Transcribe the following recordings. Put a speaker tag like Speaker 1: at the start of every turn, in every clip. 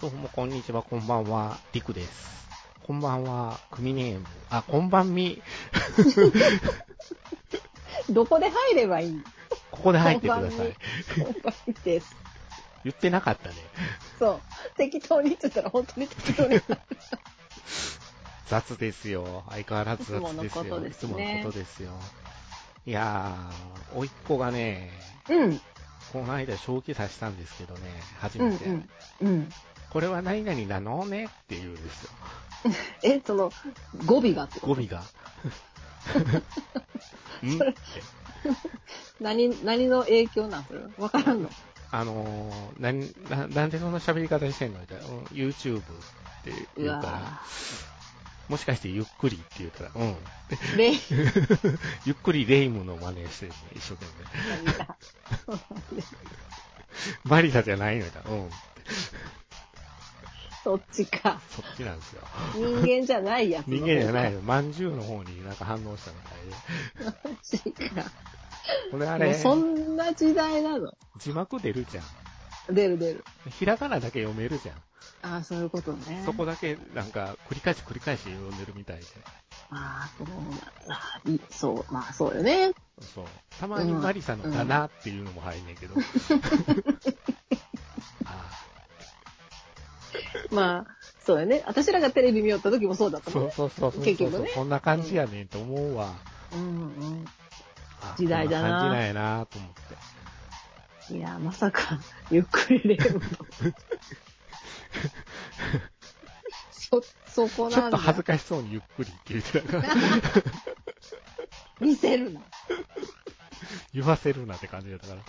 Speaker 1: どうもこんにちは、こんばんは、りくです。こんばんは、組ネーム。あ、こんばんみ。
Speaker 2: どこで入ればいい
Speaker 1: ここで入ってください。
Speaker 2: こんばんみです。
Speaker 1: 言ってなかったね。
Speaker 2: そう。適当にって言ったら本当に適当に。
Speaker 1: 雑ですよ。相変わらず雑
Speaker 2: いつもの
Speaker 1: です
Speaker 2: こと
Speaker 1: よ。い
Speaker 2: で
Speaker 1: つ
Speaker 2: す
Speaker 1: も
Speaker 2: ね
Speaker 1: のことですよ。いやー、おいっ子がね、
Speaker 2: うん。
Speaker 1: この間正気さしたんですけどね、初
Speaker 2: うん
Speaker 1: めて。
Speaker 2: うん。うん。
Speaker 1: これは何々なのねって言うんですよ。
Speaker 2: え、その、語尾がってこ
Speaker 1: 語
Speaker 2: と
Speaker 1: 尾 が。ん
Speaker 2: それ何、何の影響なんそれわからんの。
Speaker 1: あのー、なんな、なんでそんな喋り方してんのみたいな。うん YouTube って
Speaker 2: う
Speaker 1: 言う
Speaker 2: わ
Speaker 1: から、もしかしてゆっくりって言うから、うん。
Speaker 2: ぁ。レイ
Speaker 1: ゆっくりレイムの真似してるね、一生懸命。
Speaker 2: だ。
Speaker 1: マリサじゃないのだ。うん。
Speaker 2: そっちか。
Speaker 1: そっちな んですよ。
Speaker 2: 人間じゃないやつの 方。
Speaker 1: 人間じゃない
Speaker 2: よ。
Speaker 1: の。まんじゅうの方になんか反応したみたいで。これあ
Speaker 2: あれ
Speaker 1: れ、
Speaker 2: そんな時代なの。
Speaker 1: 字幕出るじゃん。
Speaker 2: 出る出る。
Speaker 1: ひらがなだけ読めるじゃん。
Speaker 2: ああ、そういうことね。
Speaker 1: そこだけなんか繰り返し繰り返し読んでるみたいで。
Speaker 2: ああ、そうなんだ。いそう、まあそうよね。
Speaker 1: そう。たまにマリサのだなっていうのも入んねん けど。あ
Speaker 2: まあ、そうよね。私らがテレビ見よった時もそうだっ
Speaker 1: ー
Speaker 2: たもん
Speaker 1: そう
Speaker 2: ね。
Speaker 1: そうそうそう
Speaker 2: 結
Speaker 1: そう
Speaker 2: 局ね
Speaker 1: こんな感じやねんと思うわ。
Speaker 2: うんうん。
Speaker 1: あ
Speaker 2: 時代だな
Speaker 1: こんな感じなんやなと思って。
Speaker 2: いや、まさか、ゆっくりレム と。そ、そこ
Speaker 1: ちょ
Speaker 2: な
Speaker 1: っ
Speaker 2: ん
Speaker 1: と
Speaker 2: だ。
Speaker 1: 恥ずかしそうにゆっくりって言ってたから、
Speaker 2: 見せるな。
Speaker 1: 言わせるなって感じだったから、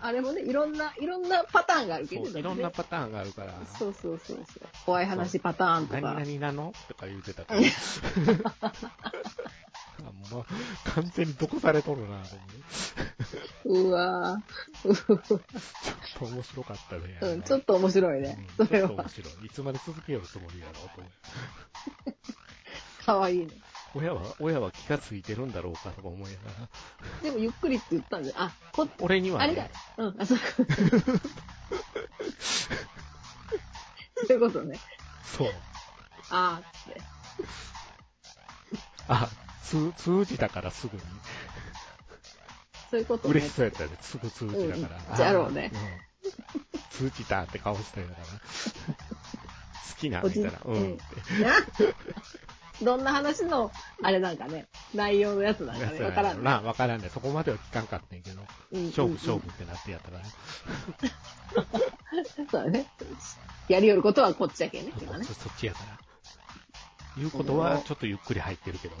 Speaker 2: あれもね、いろんな、いろんなパターンがあるけど
Speaker 1: そう
Speaker 2: ね。
Speaker 1: いろんなパターンがあるから、
Speaker 2: そうそうそうそう。怖い話パターンと
Speaker 1: 何
Speaker 2: か。
Speaker 1: 々なのとか言って たから、あもう完全にどこされとるなと思って、
Speaker 2: うわぁ。
Speaker 1: ちょっと面白かったね。
Speaker 2: うん、ちょっと面白いね。
Speaker 1: うん
Speaker 2: それ
Speaker 1: ちょっと
Speaker 2: は
Speaker 1: 面、白い。いつまで続けようつもりやろうと思って
Speaker 2: かわいいね。
Speaker 1: 親は、親は気がついてるんだろうかとか思いながら。
Speaker 2: でも、ゆっくりって言ったんで、あ、こ、
Speaker 1: 俺には、
Speaker 2: あれ
Speaker 1: ね
Speaker 2: だ、。うん、あ、そうか。そういうことね。
Speaker 1: そう。
Speaker 2: あーって。
Speaker 1: あ、通、通じたからすぐに。
Speaker 2: そういうことね。
Speaker 1: 嬉しそうやったよね。すぐ通知だから。
Speaker 2: うんじゃろうね
Speaker 1: あー。うん通知だって顔してるから。好きな、
Speaker 2: お
Speaker 1: みた
Speaker 2: じ
Speaker 1: いな。う
Speaker 2: うんん。 どんな話の、あれなんかね、内容のやつなんか
Speaker 1: やつ
Speaker 2: ね、
Speaker 1: や
Speaker 2: わからんね。
Speaker 1: な、わからんね。そこまでは聞かんかったんやけど。
Speaker 2: うん
Speaker 1: 勝負、
Speaker 2: う
Speaker 1: 勝
Speaker 2: ん
Speaker 1: 負ってなってやったからね。
Speaker 2: そうだね。やりよることはこっちだけね、
Speaker 1: そ
Speaker 2: 今ね。
Speaker 1: そっちやから。いうことは、ちょっとゆっくり入ってるけど。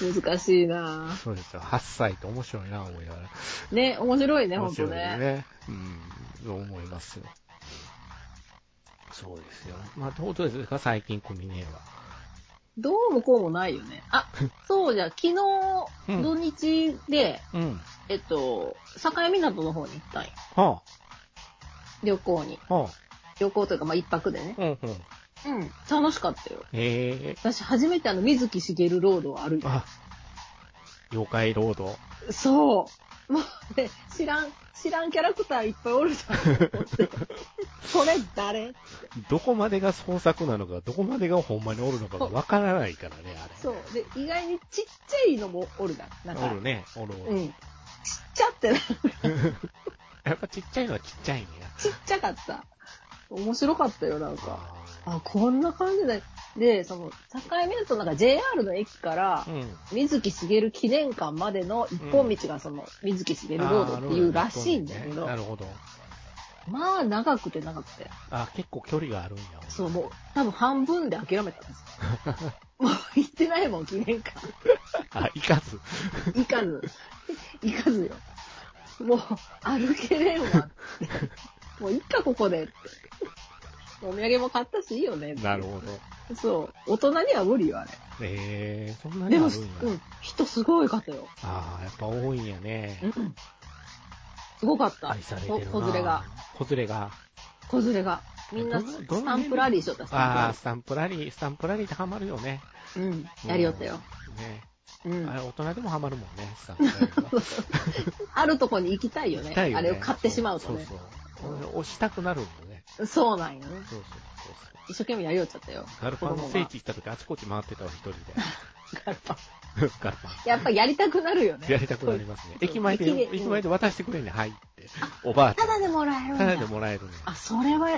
Speaker 2: 難しいなぁ
Speaker 1: そうですよ。8歳って面白いな、思いながら。
Speaker 2: ね、面白いね、ほ
Speaker 1: 面
Speaker 2: んと
Speaker 1: 白い
Speaker 2: ね。
Speaker 1: ね。うん、そう思いますよ。そうですよ。まあ、どうどうですか、最近、コミネは。
Speaker 2: どうもこうもないよね。あ、そうじゃ、昨日、
Speaker 1: うん
Speaker 2: 土日で、
Speaker 1: うん。
Speaker 2: えっと、境港の方に行ったんよ。
Speaker 1: は
Speaker 2: 旅行に。
Speaker 1: あ、は
Speaker 2: 旅行というか、まあ、一泊でね
Speaker 1: あ、。うん、う
Speaker 2: う
Speaker 1: ん。
Speaker 2: ん。楽しかったよ。
Speaker 1: ええ
Speaker 2: 私、初めてあの、水木しげるロードを歩いた。
Speaker 1: あ、妖怪ロード。
Speaker 2: そう。もうね、知らん、知らんキャラクターいっぱいおるじゃんと思 って。これ誰
Speaker 1: どこまでが創作なのか、どこまでがほんまにおるのかがわからないからね、あれ。
Speaker 2: そう。で、意外にちっちゃいのもおるじゃん。なんか。
Speaker 1: おるね、おるおる。
Speaker 2: うん。ちっちゃってなんか
Speaker 1: やっぱちっちゃいのはちっちゃいんや。
Speaker 2: ちっちゃかった。面白かったよ、なんか。
Speaker 1: あ
Speaker 2: あ、こんな感じだ。で、その、境港なんか JR の駅から
Speaker 1: ー、うん。
Speaker 2: 水木しげる記念館までの一本道がその、水木しげるロードっていうらしいんだけど
Speaker 1: な、るほど。
Speaker 2: まあ長くて長くて。
Speaker 1: あ、結構距離があるんや。
Speaker 2: そう、もう、多分半分で諦めたんです よ。もう行ってないもん、記念館。
Speaker 1: あ、行かず。
Speaker 2: 行かず。行かずよ。もう、歩けれんわって。もう、いっか、ここでって。お土産も買ったし、いいよねって。
Speaker 1: なるほど。
Speaker 2: そう。大人には無理よ、あれ。
Speaker 1: ええそんなに
Speaker 2: で
Speaker 1: あ
Speaker 2: も、
Speaker 1: る
Speaker 2: うん
Speaker 1: や。
Speaker 2: ん。人すごいかったよ。
Speaker 1: ああ、やっぱ多いんやね。
Speaker 2: うん。すごかった。
Speaker 1: 愛されてるな。
Speaker 2: 子連れが。。
Speaker 1: 子連れが。
Speaker 2: 子連れが。みんな、
Speaker 1: どの
Speaker 2: ス
Speaker 1: どの
Speaker 2: タンプラリーしとった、スタンプ
Speaker 1: あ
Speaker 2: ラ
Speaker 1: あ、スタンプラリー、スタンプラリーってハマるよね。
Speaker 2: リー。うん。やりよったよ。
Speaker 1: うん。ね
Speaker 2: うん
Speaker 1: あれ、大人でもハマるもん ね、スタンプラリーは
Speaker 2: あるとこに行きたいよね。
Speaker 1: 行きたいよ
Speaker 2: あれを買ってしまうとね。そ
Speaker 1: そううそう。押したくなるんだよね。
Speaker 2: なんよね。
Speaker 1: そうそうそうそ
Speaker 2: 一生懸命やりよっちゃったよ。
Speaker 1: う。ガルパンの
Speaker 2: 子供
Speaker 1: 聖
Speaker 2: が
Speaker 1: 地行った時、あちこち回ってたわ、一人で。
Speaker 2: ガルパン
Speaker 1: ガルパン。
Speaker 2: やっぱやりたくなるよね。
Speaker 1: やりたくなりますね。駅前で
Speaker 2: 駅、で
Speaker 1: 駅前で渡してくれんね、はいって。おばあちゃ
Speaker 2: た
Speaker 1: ん。
Speaker 2: だでもらえるんだ。
Speaker 1: ただでもらえるね。
Speaker 2: あ、それは、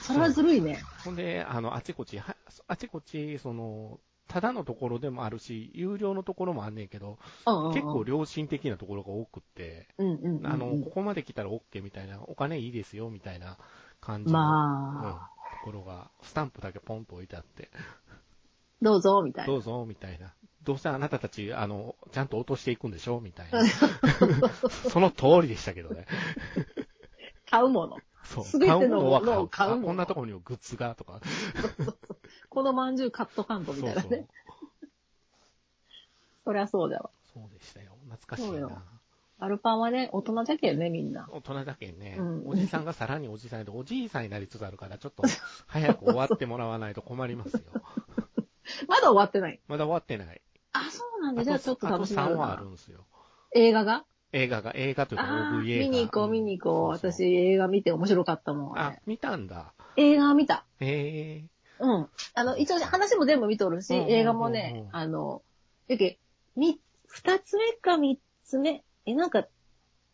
Speaker 2: それはずるいね。
Speaker 1: ほんで、あの、あちこち、はあちこち、その、ただのところでもあるし、有料のところもあんねんけど、
Speaker 2: うんうんうん
Speaker 1: 結構、良心的なところが多くって、
Speaker 2: うんうんうんうん
Speaker 1: あの、ここまで来たら OK みたいな、お金いいですよみたいな感じの、うん、と
Speaker 2: まあ、
Speaker 1: ころが、スタンプだけポンと置いてあって、
Speaker 2: どうぞ、みたい
Speaker 1: ど
Speaker 2: な。
Speaker 1: うぞみたいな。どうせあなたたち、あの、ちゃんと落としていくんでしょみたいな。 その通りでしたけどね。
Speaker 2: 買うもの。
Speaker 1: そう。
Speaker 2: 全ての
Speaker 1: は
Speaker 2: ものを買う
Speaker 1: あ
Speaker 2: もの
Speaker 1: こんなところにもグッズがとか。
Speaker 2: このまんじゅうカットカントみたいな
Speaker 1: そうそう
Speaker 2: ね。そりゃそうだわ。
Speaker 1: そうでしたよ。懐かしい
Speaker 2: そうよ
Speaker 1: な。
Speaker 2: アルパンはね、大人じゃけんね、みんな。
Speaker 1: 大人だけね、
Speaker 2: うん
Speaker 1: おじさんがさらにおじさんで、おじいさんになりつつあるから、ちょっと早く終わってもらわないと困りますよ。
Speaker 2: まだ終わってない。
Speaker 1: まだ終わってない。
Speaker 2: あ、そうなん
Speaker 1: あ
Speaker 2: だ。じゃあちょっと
Speaker 1: あと
Speaker 2: 楽しみだ
Speaker 1: 3話あ
Speaker 2: な
Speaker 1: る。んですよ。
Speaker 2: 映画が
Speaker 1: 映画が、映画というか、
Speaker 2: ああ
Speaker 1: OVA
Speaker 2: ー、
Speaker 1: が。
Speaker 2: 見に行こう、見に行こう。
Speaker 1: そうそ
Speaker 2: 私、映画見て面白かったもん。あ
Speaker 1: あ
Speaker 2: れ、
Speaker 1: 見たんだ。
Speaker 2: 映画見た。
Speaker 1: ええ
Speaker 2: うん。あの、一応話も全部見とるし、
Speaker 1: うんうんうんうん
Speaker 2: 映画もね、あの、やけ、み、二つ目か三つ目、え、なんか、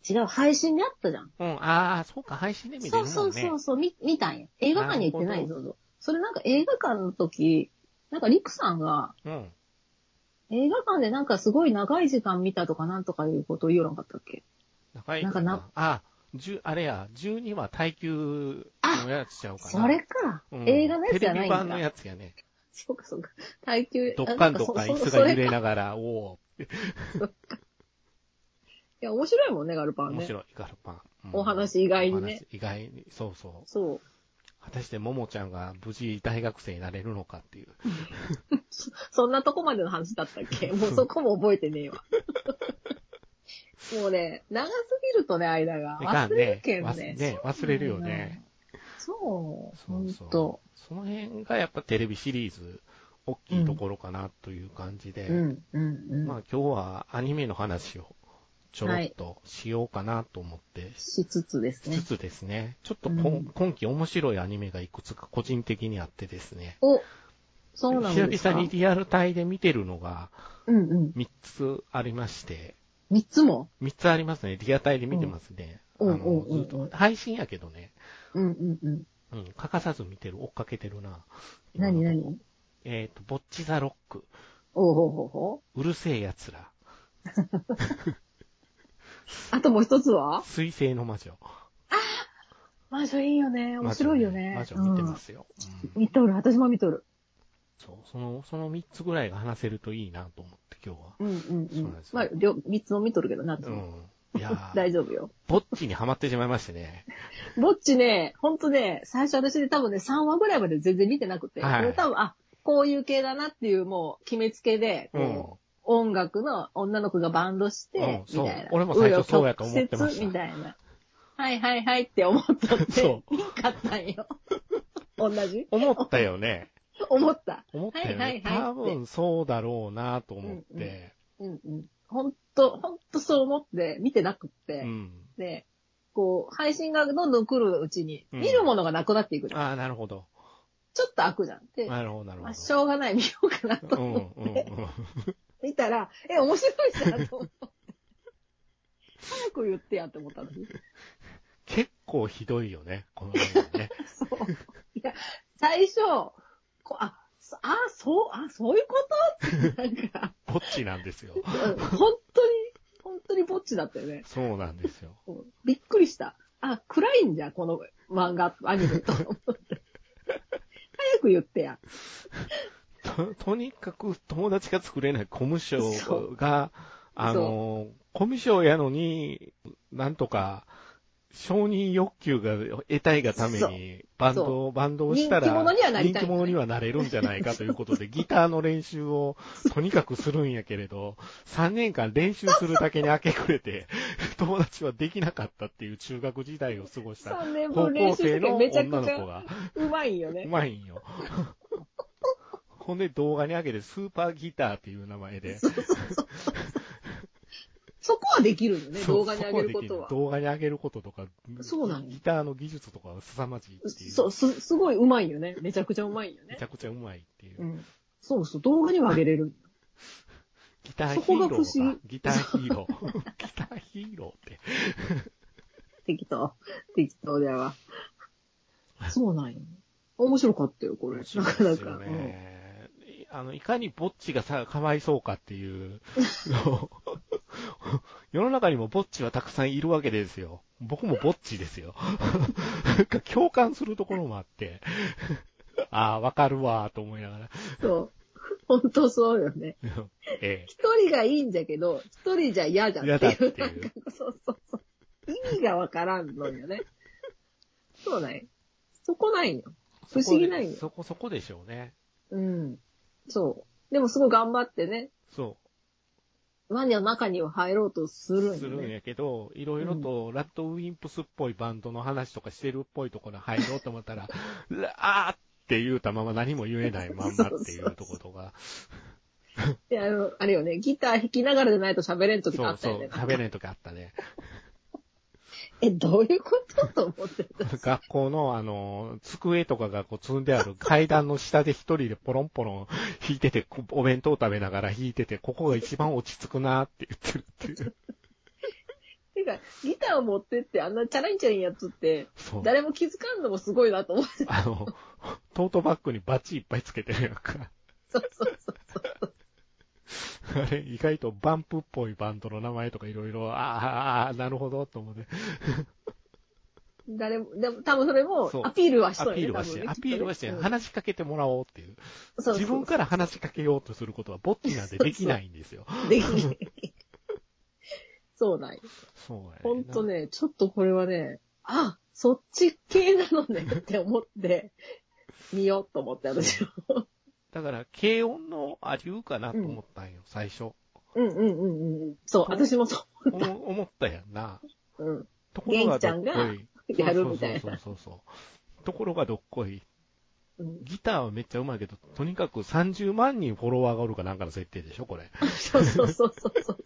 Speaker 2: 違う、配信であったじゃん。
Speaker 1: うん、ああ、そうか、配信で見れる
Speaker 2: そ
Speaker 1: もん
Speaker 2: う
Speaker 1: ね。
Speaker 2: そうそうそう、見、見たんや。映画館に行ってない
Speaker 1: な
Speaker 2: ぞ。そうそれなんか映画館の時、なんかリクさんが、
Speaker 1: うん。
Speaker 2: 映画館でなんかすごい長い時間見たとかなんとかいうこと言わなかったっけ
Speaker 1: 中井
Speaker 2: な
Speaker 1: 君
Speaker 2: んかな
Speaker 1: あ、十あれや、12話耐久のやつちゃうかな。
Speaker 2: それか、
Speaker 1: うん
Speaker 2: 映画のやつじゃないん
Speaker 1: テレビ版の
Speaker 2: だ。
Speaker 1: やつやね。
Speaker 2: そうかそうか。耐久。
Speaker 1: どっかんどっかん
Speaker 2: あなん
Speaker 1: 椅
Speaker 2: そ
Speaker 1: 子
Speaker 2: そそ
Speaker 1: が
Speaker 2: れ
Speaker 1: 揺れながら、お
Speaker 2: いや、面白いもんね、ガル
Speaker 1: お、
Speaker 2: パン
Speaker 1: 面
Speaker 2: ね。
Speaker 1: 白い、ガルパン。うん
Speaker 2: お話意外にね。
Speaker 1: お話意外に、そうそう。
Speaker 2: そう。
Speaker 1: 果たして、ももちゃんが無事大学生になれるのかっていう。
Speaker 2: そそんなとこまでの話だったっ けもうそこも覚えてねえわ。もうね、長すぎるとね、間が。
Speaker 1: いか
Speaker 2: 忘
Speaker 1: ん
Speaker 2: れる
Speaker 1: ね。
Speaker 2: けん
Speaker 1: わ
Speaker 2: ね。
Speaker 1: すね忘れるよね。
Speaker 2: そう。
Speaker 1: そ
Speaker 2: ほ
Speaker 1: うんそう
Speaker 2: と。
Speaker 1: その辺がやっぱテレビシリーズ、大きいところかなという感じで、
Speaker 2: うん、うん、うん。
Speaker 1: まあ今日はアニメの話をちょろっとしようかなと思って、
Speaker 2: しつつです
Speaker 1: し
Speaker 2: ね
Speaker 1: つ。つですね、ちょっとこ、
Speaker 2: うん
Speaker 1: 今期面白いアニメがいくつか個人的にあってですね、
Speaker 2: お、そうなの
Speaker 1: 久
Speaker 2: ですか
Speaker 1: 々にリアルタイで見てるのが
Speaker 2: うんうん。
Speaker 1: 3つありまして、
Speaker 2: 三つも
Speaker 1: 3つありますね、リアタイで見てますね。
Speaker 2: うん
Speaker 1: あ
Speaker 2: うんうん
Speaker 1: のずっと配信やけどね、
Speaker 2: うんうんうん。
Speaker 1: うん、欠かさず見てる、追っかけてるな。
Speaker 2: 何何
Speaker 1: えっ、と、ボッチザロック。
Speaker 2: おうほうほうほ
Speaker 1: うるせえ奴ら、
Speaker 2: う。あともう一つは
Speaker 1: 水星の魔女。
Speaker 2: 魔女いいよね。面白いよね。
Speaker 1: 魔女見てま
Speaker 2: うん。
Speaker 1: すよ。うん
Speaker 2: 見とる。私も見とる。
Speaker 1: そう、その、その3つぐらいが話せるといいなと思って今日は。
Speaker 2: うんうんう
Speaker 1: そうなんんです。よ
Speaker 2: まあ、両、三つも見とるけどな、私
Speaker 1: う
Speaker 2: も
Speaker 1: ん。いやー、
Speaker 2: 大丈夫よ。
Speaker 1: ぼっちにはまってしまいましてね。
Speaker 2: ぼっちね、ほんとね、最初私で多分ね、3話ぐらいまで全然見てなくて、
Speaker 1: はい
Speaker 2: これ多分、あ、こういう系だなっていうもう決めつけで、
Speaker 1: うん。
Speaker 2: こう音楽の女の子がバンドして、
Speaker 1: うん
Speaker 2: みたいな。
Speaker 1: そう俺も最初そうやと思ってました
Speaker 2: 紆余曲折みたいな。はいはいはいって思っとって、
Speaker 1: そ
Speaker 2: いいかったんよ。同じ
Speaker 1: 思ったよね。
Speaker 2: 思った。
Speaker 1: 思ったよね。
Speaker 2: はいはいはい
Speaker 1: 多分そうだろうなと思って。
Speaker 2: うんうん。ほんと、ほんとそう思って見てなくっ
Speaker 1: う
Speaker 2: て、
Speaker 1: ん。
Speaker 2: で、こう、配信がどんどん来るうちに、
Speaker 1: うん
Speaker 2: 見るものがなくなっていくじゃん。
Speaker 1: ああ、なるほど。
Speaker 2: ちょっと開くじゃん。で、
Speaker 1: なるほど、なるほ
Speaker 2: まあ、し
Speaker 1: ど。
Speaker 2: ょうがない、見ようかなと
Speaker 1: うん、
Speaker 2: 思
Speaker 1: うん、う
Speaker 2: って、
Speaker 1: ん。
Speaker 2: 見たら、え、面白いじゃんと思って。早く言ってやって思ったのに。
Speaker 1: 結構ひどいよね、この辺 ね。
Speaker 2: そう。いや、最初、こあ、そあ、そう、あ、そういうことって、なんか、
Speaker 1: ぼっちなんですよ。
Speaker 2: うん本当に、本当にぼっちだったよね。
Speaker 1: そうなんですよ。
Speaker 2: うんびっくりした。あ、暗いんじゃ、この漫画、アニメと思って。早く言ってや。
Speaker 1: と、とにかく友達が作れないコミュ障が、あの、コミュ障やのに、なんとか、承認欲求が得たいがため
Speaker 2: そう
Speaker 1: に、バンドを、バンドをしたら、
Speaker 2: 人気者にはなりたい
Speaker 1: 人気者にはなれるんじゃないかということで、ギターの練習をとにかくするんやけれど、3年間練習するだけに明け暮 れて、友達はできなかったっていう中学時代を過ごした
Speaker 2: 3年
Speaker 1: 高
Speaker 2: 分練
Speaker 1: 校
Speaker 2: 習して
Speaker 1: 生の
Speaker 2: めち
Speaker 1: 女
Speaker 2: ゃく
Speaker 1: の
Speaker 2: ち
Speaker 1: 子
Speaker 2: ゃ
Speaker 1: が、
Speaker 2: うまいよ
Speaker 1: う
Speaker 2: ね。
Speaker 1: まいんよ。 ほんで動画に上げてスーパーギターっていう名前で。
Speaker 2: そこはできるよね、
Speaker 1: そ
Speaker 2: 動
Speaker 1: う
Speaker 2: 画に上げることは
Speaker 1: そ。こはできる動画に上げることとか、
Speaker 2: そうなんよ
Speaker 1: ギターの技術とかは凄まじいっていう。
Speaker 2: そう、す、すごい上手いよね。めちゃくちゃ上手いよ
Speaker 1: め
Speaker 2: ね
Speaker 1: ち。ゃくちゃうまいっていう。
Speaker 2: うん。そうそう、動画には上げれる。
Speaker 1: ギターヒ
Speaker 2: そ
Speaker 1: ー
Speaker 2: こ
Speaker 1: ロ
Speaker 2: が
Speaker 1: ー
Speaker 2: 不思
Speaker 1: か
Speaker 2: 議。
Speaker 1: ギターヒーロー。 ギターヒーローって。
Speaker 2: 適当。 適当だわ。そうなんよ。面白かったよ、これ。
Speaker 1: 面白
Speaker 2: ない
Speaker 1: で
Speaker 2: かな
Speaker 1: す
Speaker 2: か
Speaker 1: よ。ね。あの、いかにぼっちがさ、かわいそうかっていう のを世の中にもぼっちはたくさんいるわけですよ。僕もぼっちですよ。なんか共感するところもあって、 ああ、わかるわーと思いなが
Speaker 2: う
Speaker 1: ら。
Speaker 2: んそう。本当そうよね。
Speaker 1: え
Speaker 2: 一人がいいんじゃけど、一人じゃ嫌だっていう。
Speaker 1: 嫌だっていう
Speaker 2: なんかそうそうそう。意味がわからんのよね。そうなんよ。そこないよ。不
Speaker 1: え、
Speaker 2: 思議ないよ。
Speaker 1: そこで、そこそこでしょうね。
Speaker 2: うん。そう。でもすごい頑張ってね、
Speaker 1: そ
Speaker 2: ワニの中には入ろうとする
Speaker 1: う。
Speaker 2: ん
Speaker 1: す
Speaker 2: よ
Speaker 1: るん
Speaker 2: ね。
Speaker 1: やけど、いろいろとラッドウィンプスっぽいバンドの話とかしてるっぽいところ入ろうと 思ったら、ラーって言うたまま何も言えないまんまっていうとこ ろが、
Speaker 2: で、あの、あれよね、ギター弾きながらじゃないと喋れん時
Speaker 1: そ
Speaker 2: があっ
Speaker 1: う
Speaker 2: た
Speaker 1: そ
Speaker 2: よ
Speaker 1: う
Speaker 2: ね。、
Speaker 1: 食べれん時あったね。
Speaker 2: え、どういうことと思ってた。
Speaker 1: 学校のあの、机とかがこう積んである階段の下で一人でポロンポロン弾いてて、こお弁当食べながら弾いてて、ここが一番落ち着くなって言ってるっていう。
Speaker 2: てか、ギターを持ってってあんなチャランチャランやつって、
Speaker 1: そう。
Speaker 2: 誰も気づかんのもすごいなと思って。
Speaker 1: あの、トートバッグにバチいっぱいつけてるやんか。
Speaker 2: そうそうそう。
Speaker 1: あれ、意外とバンプっぽいバンドの名前とかいろいろ、ああああ、なるほど、と思って。
Speaker 2: 誰も、でも多分それも
Speaker 1: そう
Speaker 2: アピールはし
Speaker 1: ア
Speaker 2: とる
Speaker 1: ピー
Speaker 2: よね
Speaker 1: ルはして、アピールはして、話しかけてもらおうっていう。自分
Speaker 2: ら
Speaker 1: から話しかけようとすることは、ぼっちなんてできないんですよ。
Speaker 2: できない。そう ない。
Speaker 1: そうやね。
Speaker 2: ほんとね、ちょっとこれはね、あ、そっち系な のねって思って、見ようと思って私も。
Speaker 1: だから、軽音のありうかなと思ったんよ、最初。
Speaker 2: うんうんうんうんうん。そう、
Speaker 1: そう
Speaker 2: 私もそ
Speaker 1: おも 思ったやんな。
Speaker 2: う。うん。
Speaker 1: ところがどっこ
Speaker 2: 元
Speaker 1: い。
Speaker 2: ちゃんがやるみたいな
Speaker 1: そうそうそうそうそう。ところがどっこい。
Speaker 2: うん、
Speaker 1: ギターはめっちゃうまいけど、とにかく30万人フォロワーがおるかなんかの設定でしょ、これ。
Speaker 2: そうそうそうそうそう。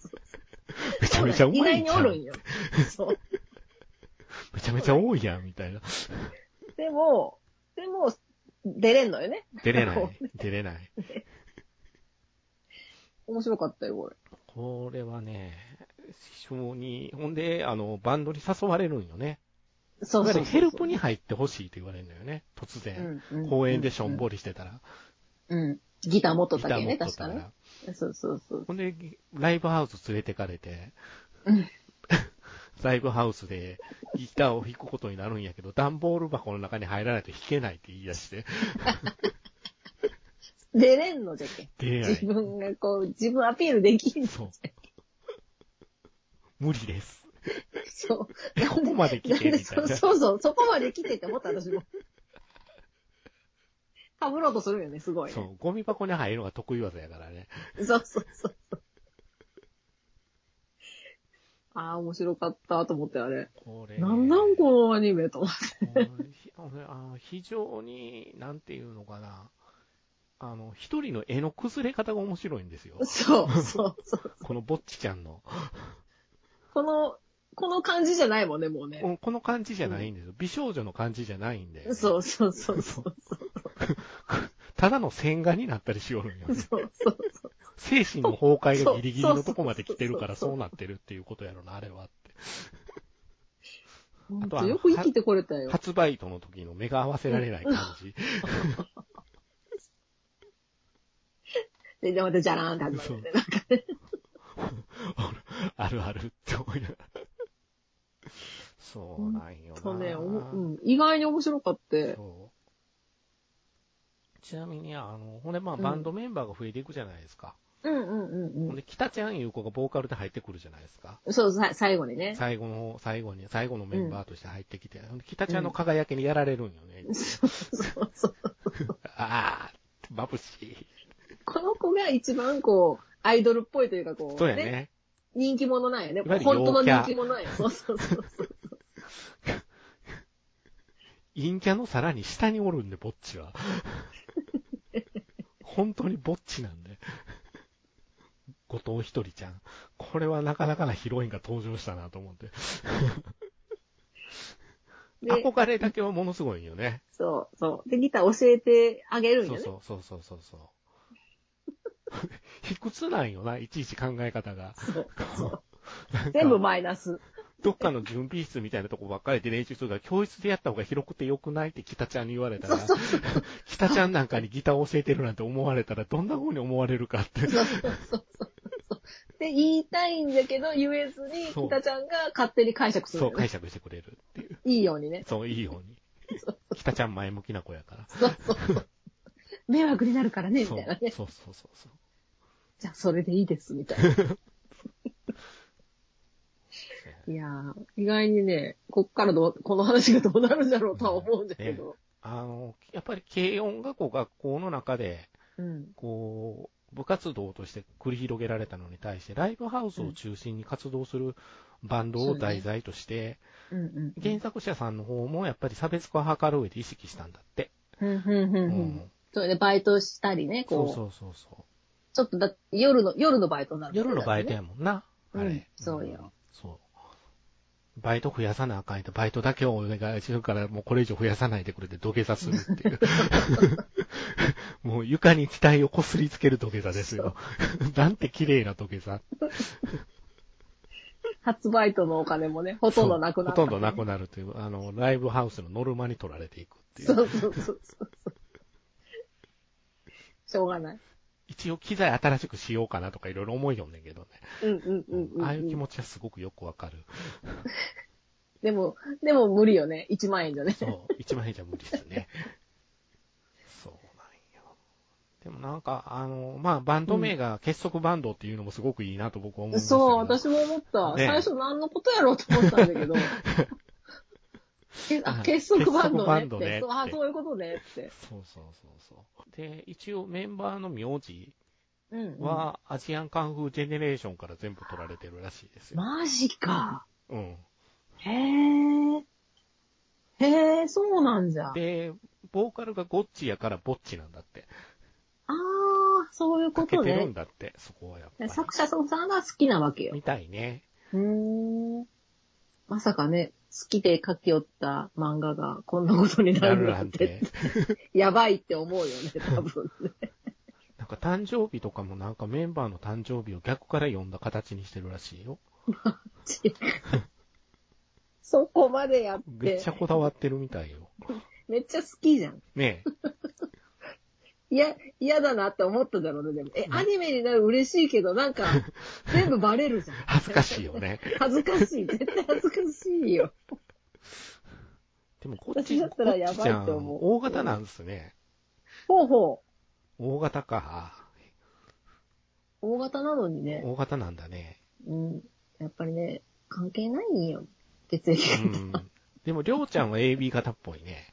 Speaker 1: めちゃめちゃう
Speaker 2: 意
Speaker 1: まい
Speaker 2: 外に
Speaker 1: じゃ
Speaker 2: お
Speaker 1: ん。
Speaker 2: るんよ。そう。
Speaker 1: めちゃめちゃ多いやん、みたいな。
Speaker 2: でも、でも、出れんのよね。
Speaker 1: 出れな
Speaker 2: そう
Speaker 1: い。出れない。
Speaker 2: 面白かったよ、これ。
Speaker 1: これはね、非常に、ほんで、あの、バンドに誘われるんよね。
Speaker 2: そうそうそうそう。
Speaker 1: ヘルプに入ってほしいって言われるのよね、突然。
Speaker 2: うんうん
Speaker 1: 公園でしょんぼりしてたら。
Speaker 2: うん。ギター持っとったけね、
Speaker 1: ギター持
Speaker 2: 確
Speaker 1: っと
Speaker 2: か
Speaker 1: った
Speaker 2: ね
Speaker 1: ら。。
Speaker 2: そうそうそう。
Speaker 1: ほんで、ライブハウス連れてかれて、
Speaker 2: うん
Speaker 1: ライブハウスでギターを弾くことになるんやけど、段ボール箱の中に入らないと弾けないって言い出して、
Speaker 2: 出れんのじゃけ。
Speaker 1: 出な
Speaker 2: 自
Speaker 1: い。
Speaker 2: 分がこう、自分アピールできんの。
Speaker 1: そう。無理です。
Speaker 2: そう。なん
Speaker 1: ここまで来て
Speaker 2: なんで
Speaker 1: みたい
Speaker 2: そ
Speaker 1: な
Speaker 2: そうそう、そこまで来てって思った私も。かぶろうとするよね、すごいね。
Speaker 1: そう、ゴミ箱に入るのが得意技やからね。
Speaker 2: そうそうそうそう。ああ、面白かったと思って、あれ。
Speaker 1: これね、
Speaker 2: なんなんこのアニメと思っ
Speaker 1: ひあのあの非常に、なんていうのかな。あの、一人の絵の崩れ方が面白いんですよ
Speaker 2: て。。そうそうそう。
Speaker 1: このぼっちちゃんの。
Speaker 2: この、この感じじゃないもんね、もうね。
Speaker 1: ここの感じじゃないんですよ。美少女の感じじゃないんで。
Speaker 2: そうそうそうそう。
Speaker 1: ただの線画になったりしよるんよね。
Speaker 2: そうそうそう。
Speaker 1: 精神の崩壊がギリギリのとこまで来てるからそうなってるっていうことやろな、あれはって。
Speaker 2: ほん
Speaker 1: と
Speaker 2: と
Speaker 1: あの
Speaker 2: よく生きてこれたよ。
Speaker 1: 初バイトの時の目が合わせられない感 じ。
Speaker 2: で、でまたじゃらーんって始まるんでなんかね。
Speaker 1: あるあるって思いながら。そうなんよな。
Speaker 2: そうね、おもうん、意外に面白かって。
Speaker 1: そう。ちなみに、あの、ほんで、まあ、
Speaker 2: うん
Speaker 1: バンドメンバーが増えていくじゃないですか。
Speaker 2: うんうんうん
Speaker 1: ほ
Speaker 2: うんん。
Speaker 1: で、北ちゃんいう子がボーカルで入ってくるじゃないですか。
Speaker 2: そう、さ最後にね。
Speaker 1: 最後の、最後に、最後のメンバーとして入ってきて、ほんで北ちゃんの輝きにやられるんよね。
Speaker 2: そうそうそう。
Speaker 1: ああ、眩しい。
Speaker 2: この子が一番こう、アイドルっぽいというかこう、
Speaker 1: そうやね。
Speaker 2: 人気者なんやね。
Speaker 1: いわゆる
Speaker 2: 本当の
Speaker 1: 陽キャ
Speaker 2: 人気者なんや。そうそう そうそう。
Speaker 1: 陰キャのさらに下におるんで、ぼっちは。本当にぼっちなんで。後藤ひとりちゃん。これはなかなかなヒロインが登場したなと思って。
Speaker 2: で、
Speaker 1: 憧れだけはものすごいよね。
Speaker 2: そう、そう。で、ギター教えてあげるんよ
Speaker 1: そう
Speaker 2: ね。
Speaker 1: そうそうそうそうそう。 卑屈なんよな、いちいち考え方が。
Speaker 2: そうそう全部マイナス。
Speaker 1: どっかの準備室みたいなとこばっかりで練習するから、教室でやった方が広くて良くないって北ちゃんに言われたら、 北ちゃんなんかにギター教えてるなんて思われたら、どんな風に思われるかって。
Speaker 2: で、言いたいんだけど、言えずに、
Speaker 1: そう
Speaker 2: 北ちゃんが勝手に解釈する
Speaker 1: そ
Speaker 2: ん
Speaker 1: う
Speaker 2: だよね、
Speaker 1: 解釈してくれるっていう。
Speaker 2: いいようにね。
Speaker 1: そう、いいように。北ちゃん前向きな子やから。
Speaker 2: そうそうそう。迷惑になるからね、み
Speaker 1: そ
Speaker 2: た
Speaker 1: う
Speaker 2: いなね。
Speaker 1: そうそうそうそう。
Speaker 2: じゃあ、それでいいです、みた いな。いやー、意外にね、こっからどう、この話がどうなるんだろうとは思うんだけど。
Speaker 1: あの、やっぱり軽音がこう学校の中で、
Speaker 2: うん。
Speaker 1: こう、部活動として繰り広げられたのに対して、ライブハウスを中心に活動するバンドを題材として、
Speaker 2: うんうん。
Speaker 1: 原作者さんの方もやっぱり差別化を図る上で意識したんだって。
Speaker 2: うんうんう
Speaker 1: うん
Speaker 2: うん。それでバイトしたりね、こ。
Speaker 1: そううそうそうそ
Speaker 2: ちょっとだ、夜の、夜のバイトにな
Speaker 1: う。
Speaker 2: る、
Speaker 1: 夜のバイトやもんな、
Speaker 2: うん
Speaker 1: あれ。
Speaker 2: そうよ
Speaker 1: そう。バイト増やさなあかんやて、バイトだけをお願いするから、もうこれ以上増やさないでくれて土下座するっ ていう。 もう床に期待をこすりつける土下座ですよ。 なんて綺麗な土下座。
Speaker 2: 初バイトのお金もね、ほとんどなくなった、
Speaker 1: そうほとんどなくなるという、あの、ライブハウスのノルマに取られていくっていう。
Speaker 2: そうそうそうそう。しょうがない。
Speaker 1: 一応機材新しくしようかなとかいろいろ思いよんねんけどね。
Speaker 2: うんうんうんうん、うん。
Speaker 1: ああいう気持ちはすごくよくわかる。
Speaker 2: でも、でも無理よね。1万円じゃね。
Speaker 1: そう。一番変じゃ無理です ね。そうなんよ。でもなんか、あの、まあ、バンド名が結束バンドっていうのもすごくいいなと僕は思いましたけど。
Speaker 2: そう、私も思った。
Speaker 1: ね
Speaker 2: 最初何のことやろうと思ったんだ けど。けあ結束バンドねって。
Speaker 1: 結束バンドねって
Speaker 2: そうあ、そういうことねって。
Speaker 1: そうそうそうそう。で、一応メンバーの名字
Speaker 2: うん、うん。
Speaker 1: は、アジアンカンフージェネレーションから全部取られてるらしいですよ。
Speaker 2: マジか。
Speaker 1: うん。
Speaker 2: へえ。へえ、そうなんじゃ。あ
Speaker 1: で、ボーカルがゴッチやからボッチなんだって。
Speaker 2: あー、そういうこ
Speaker 1: 欠け
Speaker 2: と
Speaker 1: てるん
Speaker 2: ね。
Speaker 1: だって、そこはやっぱり。
Speaker 2: 作者さんが好きなわけよ。
Speaker 1: みたいね。
Speaker 2: うーんまさかね、好きで書き寄った漫画がこんなことにな
Speaker 1: な
Speaker 2: る
Speaker 1: る
Speaker 2: な
Speaker 1: なんん
Speaker 2: て
Speaker 1: て、。
Speaker 2: やばいって思うよね、多 分ね。
Speaker 1: なんか誕生日とかもなんかメンバーの誕生日を逆から読んだ形にしてるらしいよ。
Speaker 2: そこまでやっ
Speaker 1: めってちゃ、こだわってるみたいよ。
Speaker 2: めっちゃ好きじゃん。
Speaker 1: ねえ。
Speaker 2: いや、嫌だなって思っただろうね、でも。え、アニメになる嬉しいけど、なん か、全部バレるじゃん。
Speaker 1: 恥ずかしいよ ね。
Speaker 2: 恥ずかしい。絶対恥ずかしいよ。
Speaker 1: でもこっち、
Speaker 2: 私だったらやばいと思う
Speaker 1: こっちじゃん大型なんですね。
Speaker 2: ほうほ
Speaker 1: 大型か。
Speaker 2: う。大型なのにね、
Speaker 1: 大型なんだね。
Speaker 2: うん。やっぱりね、関係ないんよ。血液
Speaker 1: う
Speaker 2: 型。
Speaker 1: ん。でも、りょうちゃんは AB 型っぽいね。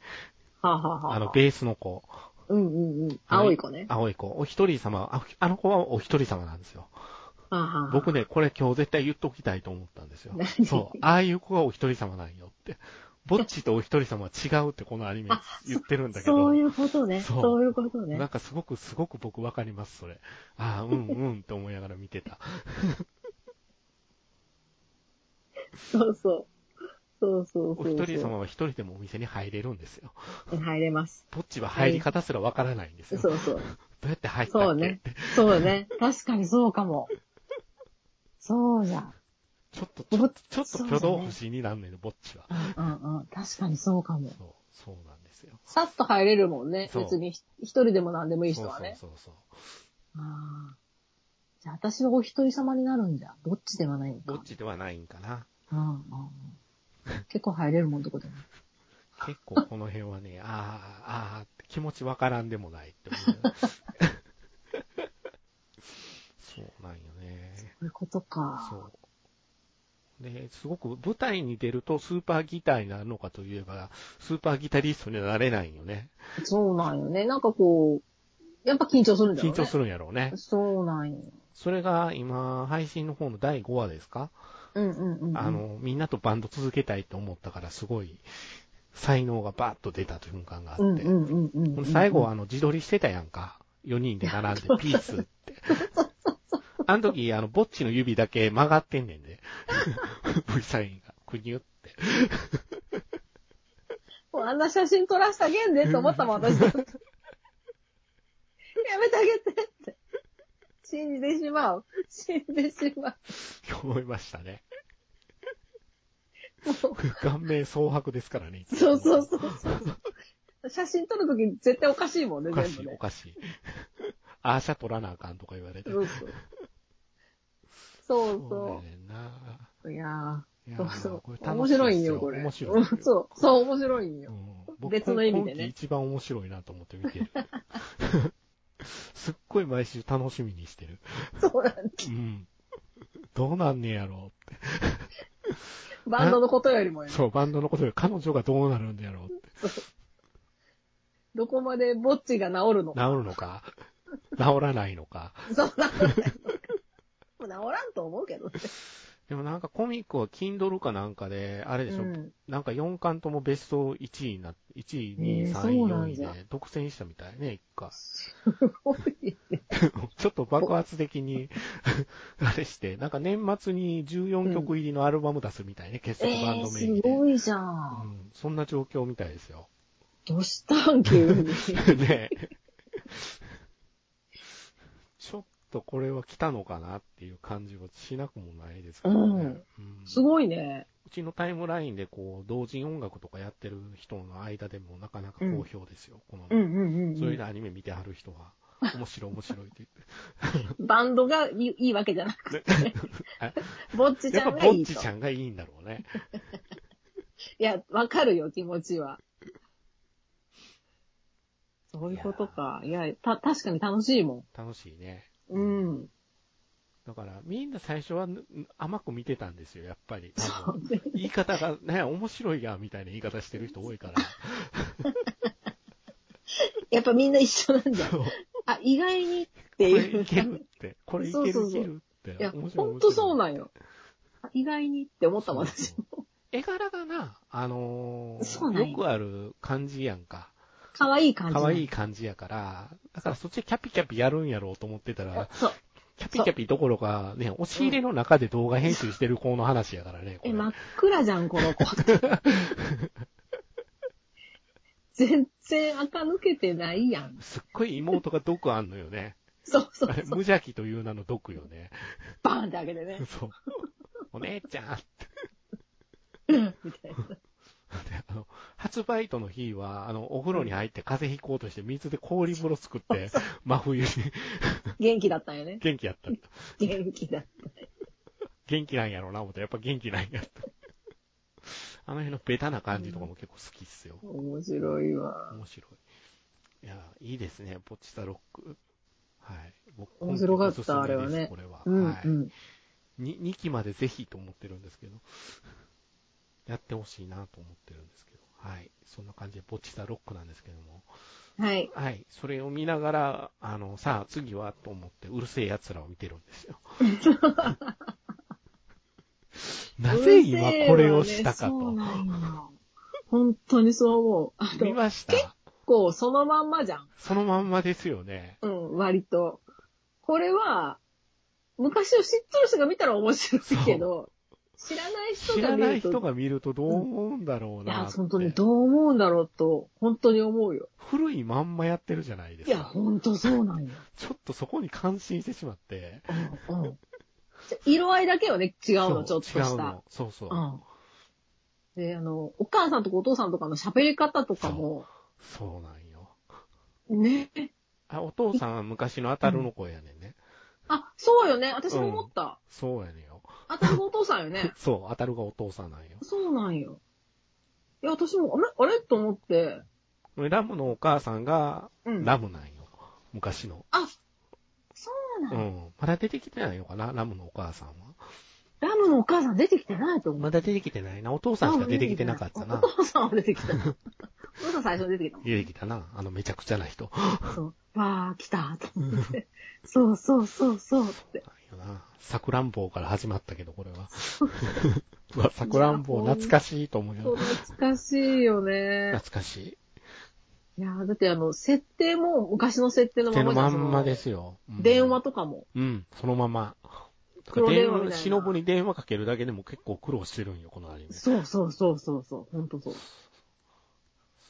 Speaker 2: はあ、はあはあ、
Speaker 1: あの、ベースの子。
Speaker 2: うんうんうん。青い子ね。
Speaker 1: 青い子。お一人様、ああの子はお一人様なんですよ。
Speaker 2: はあはあはあ
Speaker 1: 僕ね、これ今日絶対言っときたいと思ったんですよ
Speaker 2: 何。
Speaker 1: そう。ああいう子がお一人様なんよって。ぼっちとお一人様は違うってこのアニメ言ってるんだけ
Speaker 2: そ
Speaker 1: ど
Speaker 2: うい。うことね。
Speaker 1: そう
Speaker 2: そういうことね。
Speaker 1: なんかすごく、すごく僕わかります、それ。ああ、うんうんって思いながら見てた。
Speaker 2: そうそう。そうそうそ
Speaker 1: お
Speaker 2: うそう。
Speaker 1: 一人様は一人でもお店に入れるんですよ。
Speaker 2: 入れます。
Speaker 1: ぼっちは入り方すらわからないんですよ。ど
Speaker 2: そうそう。
Speaker 1: うやって入った
Speaker 2: そう
Speaker 1: っけっ
Speaker 2: ね
Speaker 1: て。。
Speaker 2: そうね。確かにそうかも。そうじゃん。
Speaker 1: ちょっと、ち
Speaker 2: ぼ
Speaker 1: ょ
Speaker 2: っ
Speaker 1: っと、ちょっと挙動不審になんねんの、ぼっちは。
Speaker 2: うんうんうん。確かにそうかも。
Speaker 1: そう、そうなんですよ。
Speaker 2: さっと入れるもんね。
Speaker 1: そう
Speaker 2: 別にひ一人でも何でもいい人
Speaker 1: そう
Speaker 2: はね。
Speaker 1: そうそうそう。
Speaker 2: ああ。じゃあ私はお一人様になるんじゃ。どっちではないん
Speaker 1: ぼ
Speaker 2: か
Speaker 1: っ。ちではないんかな。
Speaker 2: うんうんうん。結構入れるもんってことね。
Speaker 1: 結構この辺はね、 ああ、ああって気持ちわからんでもないって思 う。そうなんよね。
Speaker 2: そういうことか。
Speaker 1: そう。で、すごく舞台に出るとスーパーギターになるのかといえば、スーパーギタリストにはなれないんよね。
Speaker 2: そうなんよね。なんかこう、やっぱ緊張するんだよ
Speaker 1: 緊
Speaker 2: ね。
Speaker 1: 張するんやろうね。
Speaker 2: そうなんよ。
Speaker 1: それが今、配信の方の第5話ですか、
Speaker 2: うんうんうんうん。
Speaker 1: あ、の、みんなとバンド続けたいと思ったから、すごい、才能がバーッと出た瞬間があって。
Speaker 2: うんうんうんうんうん。
Speaker 1: 最後はあの、自撮りしてたやんか。 4人で並んでピースって。あの時、あの、ぼっちの指だけ曲がってんねんで。V サインが。くにゅって。
Speaker 2: もうあんな写真撮らしたげんでと思ったもん、私。やめてあげてって。信じてしまう。信じてしま
Speaker 1: 思いましたね。
Speaker 2: う。も
Speaker 1: 顔面蒼白ですからね。
Speaker 2: うそうそうそうそう。写真撮るとき絶対おかしいもんね、
Speaker 1: おか
Speaker 2: 全
Speaker 1: し
Speaker 2: 部
Speaker 1: い、お
Speaker 2: ね。
Speaker 1: かしい。あーシャ取らなあかんとか言われて。
Speaker 2: そうそう。そう
Speaker 1: そう
Speaker 2: そ
Speaker 1: やねんな。
Speaker 2: う。いやー。
Speaker 1: いや
Speaker 2: そ
Speaker 1: ー
Speaker 2: うそう
Speaker 1: これ。
Speaker 2: 面
Speaker 1: 楽しです
Speaker 2: 白いんよ、これ。
Speaker 1: 面白いです
Speaker 2: う
Speaker 1: よ
Speaker 2: ん。そう、そう、面白いん
Speaker 1: う
Speaker 2: よ。
Speaker 1: ん
Speaker 2: 別の意味でね
Speaker 1: 僕今季一番面白いなと思って見てる。 すっごい毎週楽しみにしてる。
Speaker 2: そうなんだ
Speaker 1: うん。どうなんねやろうっ
Speaker 2: バンドのことよりも
Speaker 1: て。
Speaker 2: よ。
Speaker 1: そう、バンドのことで彼女がどうなるんやろうって。
Speaker 2: どこまでぼっちが治るのか。
Speaker 1: 治るのか治らないのか。
Speaker 2: そうなのか。もう治らんと思うけどね。
Speaker 1: でもなんかコミックは Kindle かなんかで、あれでしょ、
Speaker 2: うん
Speaker 1: なんか4巻ともベスト1位になっ1位、2位、
Speaker 2: えー
Speaker 1: 3位、
Speaker 2: そうな
Speaker 1: 4
Speaker 2: ん
Speaker 1: 位
Speaker 2: じゃ
Speaker 1: で独占したみたいね、一回。
Speaker 2: 多いね
Speaker 1: ちょっと爆発的に、 あれして、なんか年末に14曲入りのアルバム出すみたいね、結
Speaker 2: え
Speaker 1: 束バン
Speaker 2: ー、
Speaker 1: ド名
Speaker 2: す
Speaker 1: 義で。
Speaker 2: ごいじゃ。
Speaker 1: うんん、そんな状況みたいですよ。
Speaker 2: どうしたん急に。
Speaker 1: ねえ ちょっとこれは来たのかなっていう感じはしなくもないですけど
Speaker 2: うん
Speaker 1: ね。うん
Speaker 2: すごいね。
Speaker 1: うちのタイムラインでこう、同人音楽とかやってる人の間でもなかなか好評ですよ。この、
Speaker 2: うんうんうん、
Speaker 1: そううんいうアニメ見てはる人は、面白い面白い って
Speaker 2: バンドがいいいいわけじゃなく
Speaker 1: 言って。
Speaker 2: ぼっちち
Speaker 1: や
Speaker 2: ゃ
Speaker 1: っぱ
Speaker 2: んが
Speaker 1: ぼ
Speaker 2: い
Speaker 1: っ
Speaker 2: い
Speaker 1: ち
Speaker 2: と。
Speaker 1: ちゃんがいいんだろうね。
Speaker 2: いや、わかるよ、気持ちは。そういうことか。いや、た、確かに楽しいも
Speaker 1: 楽しいね。
Speaker 2: ん。うん。
Speaker 1: だから、みんな最初はぬ甘く見てたんですよ、やっぱり。
Speaker 2: そ
Speaker 1: 多
Speaker 2: う
Speaker 1: 分
Speaker 2: ね。
Speaker 1: 言い方が、ね、面白いや、みたいな言い方してる人多 いから。
Speaker 2: やっぱみんな一緒なんだ。
Speaker 1: そうこ
Speaker 2: あ、意外にって
Speaker 1: れ
Speaker 2: いう。
Speaker 1: いけるって、これいける
Speaker 2: そうそう
Speaker 1: い
Speaker 2: そう
Speaker 1: けるって。
Speaker 2: いや、
Speaker 1: 面白
Speaker 2: ほんとそう
Speaker 1: 面
Speaker 2: なんよ。あ意外にって思ったもん、
Speaker 1: そう
Speaker 2: 私
Speaker 1: そう白い絵柄がな、あのー
Speaker 2: そうなんや
Speaker 1: よくある感じやんか。
Speaker 2: 可愛い感じ。
Speaker 1: 可愛い感じやから、だからそっちでキャピキャピやるんやろうと思ってたら、
Speaker 2: そう。
Speaker 1: キャピキャピどころか、ね、押し入れの中で動画編集してる子の話やからね、こ
Speaker 2: え、
Speaker 1: れ。
Speaker 2: 真っ暗じゃん、この子。 全然垢抜けてないやん。
Speaker 1: すっごい妹が毒あんのよね。
Speaker 2: そうそ
Speaker 1: あ
Speaker 2: う
Speaker 1: れ、
Speaker 2: そう。
Speaker 1: 無邪気という名の毒よね。
Speaker 2: バーンって開けてね。
Speaker 1: そう。お姉ちゃんって。
Speaker 2: うんみたいな。
Speaker 1: であの、初バイトの日は、あの、お風呂に入って風邪ひこうとして水で氷風呂作って、真冬に
Speaker 2: 元気だったんよね。
Speaker 1: 元気やった。
Speaker 2: 元気だった。
Speaker 1: 元気なんやろうな、思って。やっぱ元気なんやった。あの辺のベタな感じとかも結構好きっすよ。
Speaker 2: 面白いわ。
Speaker 1: 面白い。いや、いいですね、ポチタロック。はい。僕
Speaker 2: 面白かった
Speaker 1: おすすめです
Speaker 2: あれはね
Speaker 1: これは。
Speaker 2: うん、
Speaker 1: はい、
Speaker 2: うん。
Speaker 1: に2期までぜひと思ってるんですけど、やってほしいなと思ってるんですけど、はい。そんな感じで、ぼっちザロックなんですけども、
Speaker 2: はい。
Speaker 1: はい。それを見ながら、あの、さあ、次はと思って、うるせえ奴らを見てるんです よ。なぜ今これをしたか
Speaker 2: うるせえわねそ
Speaker 1: と。
Speaker 2: うなんよ本当にそう思う。あ
Speaker 1: 見
Speaker 2: の、
Speaker 1: ました
Speaker 2: こう、そのまんまじゃん。
Speaker 1: そのまんまですよね。
Speaker 2: うん、割と。これは、昔を知ってる人が見たら面白いけど、知らない人
Speaker 1: 知
Speaker 2: が
Speaker 1: らな
Speaker 2: 見る
Speaker 1: い
Speaker 2: と、
Speaker 1: 人が見るとどう思うんだろう
Speaker 2: いや、
Speaker 1: なって。
Speaker 2: 本当にどう思うんだろうと、本当に思うよ。
Speaker 1: 古いまんまやってるじゃないで
Speaker 2: い
Speaker 1: す
Speaker 2: や、
Speaker 1: か。
Speaker 2: 本当そうなんよ。
Speaker 1: ちょっとそこに感心してしまって。
Speaker 2: うんうん色合いだけよね、違う
Speaker 1: そ
Speaker 2: の、ちょっと
Speaker 1: 違
Speaker 2: し
Speaker 1: う
Speaker 2: た。
Speaker 1: の。そうそう。
Speaker 2: うん。で、あの、お母さんとかお父さんとかの喋り方とかも、
Speaker 1: そうなんよ。
Speaker 2: ね。
Speaker 1: あ、お父さんは昔のアタルの声やねんね。
Speaker 2: あ、そうよね。私も思った。
Speaker 1: そうやねんよ。。
Speaker 2: あたしもお父さんよね
Speaker 1: そう、アタルがお父さんなんよ。
Speaker 2: そうなんよ。いや、私も、あれあれと思って。
Speaker 1: ラムのお母さんが、
Speaker 2: うん。
Speaker 1: ラムなんよ。昔の。
Speaker 2: あ、そうな
Speaker 1: う
Speaker 2: の、
Speaker 1: ん。まだ出てきてないのかなラムのお母さんは。
Speaker 2: ラムのお母さん出てきてないと思
Speaker 1: ま
Speaker 2: う。
Speaker 1: だ出てきてないな。お父さんしか出てきてなかったな
Speaker 2: お。父さんは出てき た。お父さん最初に出てきたもん。
Speaker 1: 出てきたな。あの、めちゃくちゃな人。
Speaker 2: そう。わー、来たと思 って。そうそうそうそうって。
Speaker 1: なんよな。さくらんぼから始まったけど、これ は。うわ、さくらんぼ懐かしいと思う
Speaker 2: そう
Speaker 1: よ。
Speaker 2: 懐かしいよね。
Speaker 1: 懐かしい。
Speaker 2: いやーだってあの、設定も昔の設定の
Speaker 1: 手
Speaker 2: まま
Speaker 1: の
Speaker 2: じゃ
Speaker 1: ま
Speaker 2: ん
Speaker 1: んまで
Speaker 2: そ
Speaker 1: すよ。う
Speaker 2: の
Speaker 1: ん
Speaker 2: 電話とかも。
Speaker 1: うん、そのまま。
Speaker 2: 黒電話みたいな
Speaker 1: 忍に電話かけるだけでも結構苦労してるんよ、このアニメ。
Speaker 2: そうそうそうそうそう、ほんとそう。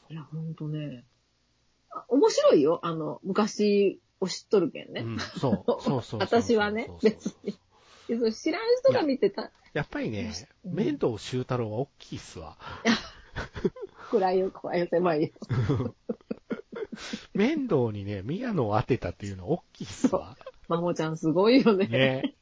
Speaker 2: いや、ほんとね。あ面白いよ、あの、昔を知っとるけんね。
Speaker 1: うん、そう、そうそう そう。
Speaker 2: 私はね
Speaker 1: そうそうそう
Speaker 2: でその知らん人が見てた
Speaker 1: やっぱりね、
Speaker 2: うん
Speaker 1: 面倒修太郎は大きいっすわ。
Speaker 2: 暗いよ、怖いよ、狭いよ。
Speaker 1: 面倒にね、宮野を当てたっていうのは大きいっすわ。
Speaker 2: マモちゃんすごいよね。
Speaker 1: ね。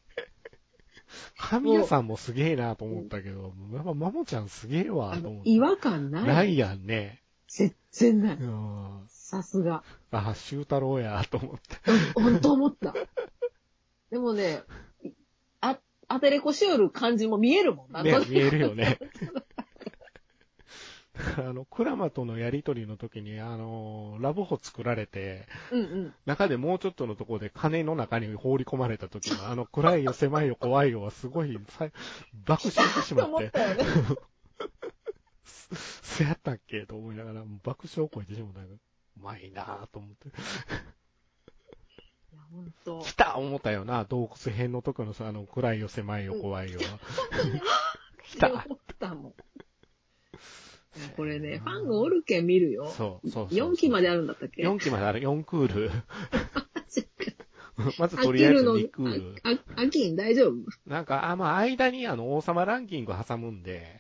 Speaker 1: 神谷さんもすげえなと思ったけど、やっぱマモちゃんすげえわ
Speaker 2: あ
Speaker 1: と
Speaker 2: の
Speaker 1: 思って。
Speaker 2: 違和感ない。
Speaker 1: ないやんね。
Speaker 2: 全然ない。
Speaker 1: うん。
Speaker 2: さすが。
Speaker 1: あ、修太郎やと思って。
Speaker 2: 本当思った。でもね、いあ、アテレコしよる感じも見えるもんな。
Speaker 1: ね
Speaker 2: どれ、
Speaker 1: 見える よね。だからあの、クラマとのやりとりの時に、あの、ラブホ作られて、
Speaker 2: うんうん。
Speaker 1: 中でもうちょっとのところで金の中に放り込まれた時 の、あの、暗いよ、狭いよ、怖いよはすごい、さ爆笑してし
Speaker 2: と
Speaker 1: まっ、
Speaker 2: 思って たよね。
Speaker 1: せやったっけと思いながら、もう爆笑を超えてしまった。うまいなぁと思って。
Speaker 2: いや、本当。
Speaker 1: 来た思ったよな、洞窟編のとこのさ、あの、暗いよ、狭いよ、怖いよは。 来た
Speaker 2: って思ったもん。いやこれね、ファンがおるけん見るよ。
Speaker 1: そう、そうそうそう。
Speaker 2: 4期まであ
Speaker 1: る。
Speaker 2: るんだったっけ
Speaker 1: 4期まである、4 クール。まず
Speaker 2: 飽
Speaker 1: と
Speaker 2: き
Speaker 1: りあえ
Speaker 2: る
Speaker 1: ず
Speaker 2: の
Speaker 1: 2クール。、
Speaker 2: あ、あ飽きん大丈夫
Speaker 1: なんか、あ、まあ、間にあの、王様ランキング挟むんで、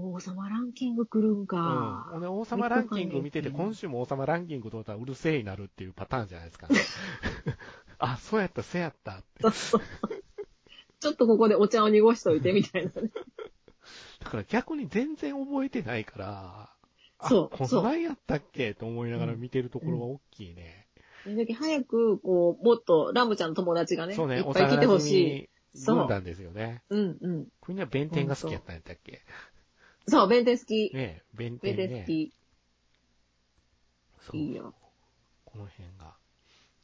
Speaker 2: 王様ランキング来るんか。
Speaker 1: うん。俺、王様ランキング見てて、
Speaker 2: 見とかね
Speaker 1: 今週も王様ランキング取ったらうるせえになるっていうパターンじゃな いですか、ね。あ、そうやった、せやったって。
Speaker 2: そうそうちょっとここでお茶を濁しといてみたい なね。
Speaker 1: だから逆に全然覚えてないから、あ
Speaker 2: そうそう
Speaker 1: こ
Speaker 2: ん
Speaker 1: なんやったっけと思いながら見てるところは大きいね。
Speaker 2: でだけ早く、こう、もっとラムちゃんの友達がね、
Speaker 1: そうね、
Speaker 2: いっ
Speaker 1: お
Speaker 2: ぱい来て
Speaker 1: 幼
Speaker 2: ほ
Speaker 1: 馴
Speaker 2: しい。
Speaker 1: 染軍団ですよね。
Speaker 2: うんうん。
Speaker 1: 国は弁天が好きやったんやったっけ
Speaker 2: そう、弁天好き。
Speaker 1: ね弁
Speaker 2: 弁天
Speaker 1: 天
Speaker 2: 好
Speaker 1: ね。
Speaker 2: き。
Speaker 1: そう
Speaker 2: いいよ。
Speaker 1: この辺が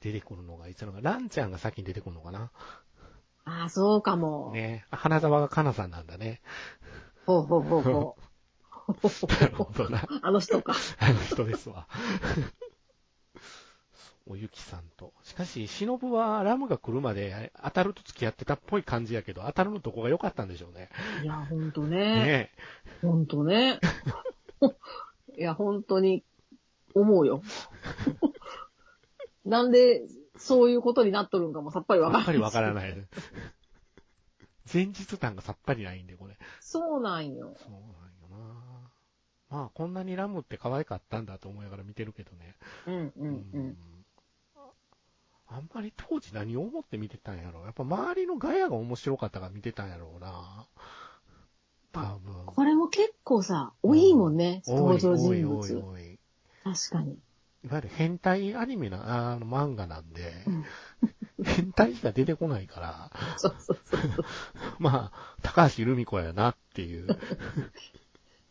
Speaker 1: 出てくるのがいつなのか、ランちゃんが先に出てくるのかな。
Speaker 2: ああ、そうかも。
Speaker 1: ねあ花沢がかなさんなん だね。
Speaker 2: ほうほうほうほ
Speaker 1: なるほどな。
Speaker 2: う。あの人か。
Speaker 1: あの人ですわ。 おゆきさんと。しかし、忍はラムが来るまで当たると付き合ってたっぽい感じやけど、当たるのとこが良かったんでしょうね。
Speaker 2: いや、ほんとね。
Speaker 1: ね
Speaker 2: ほんとね。 いや、ほんとに、思うよ。 なんで、そういうことになっとるんかもさっぱり
Speaker 1: え。
Speaker 2: わから
Speaker 1: やっ
Speaker 2: な
Speaker 1: ぱ
Speaker 2: い。
Speaker 1: りわからない。前日感がさっぱりないんで、これ。
Speaker 2: そうなんよ。
Speaker 1: そうなんよな。まあ、こんなにラムって可愛かったんだと思いながら見てるけどね。
Speaker 2: うんう
Speaker 1: うん
Speaker 2: うん。
Speaker 1: あんまり当時何を思って見てたんやろやっぱ周りのガヤが面白かったから見てたんやろうな。多分。
Speaker 2: これも結構さ、多いもんね、登場
Speaker 1: 多い
Speaker 2: 人
Speaker 1: 多い
Speaker 2: 物。
Speaker 1: 多い。
Speaker 2: 確かに。
Speaker 1: いわゆる変態アニメな、あの漫画なんで
Speaker 2: うん、
Speaker 1: 変態しか出てこないから、
Speaker 2: そうそうそうそう。
Speaker 1: まあ、高橋留美子やなっ ていう。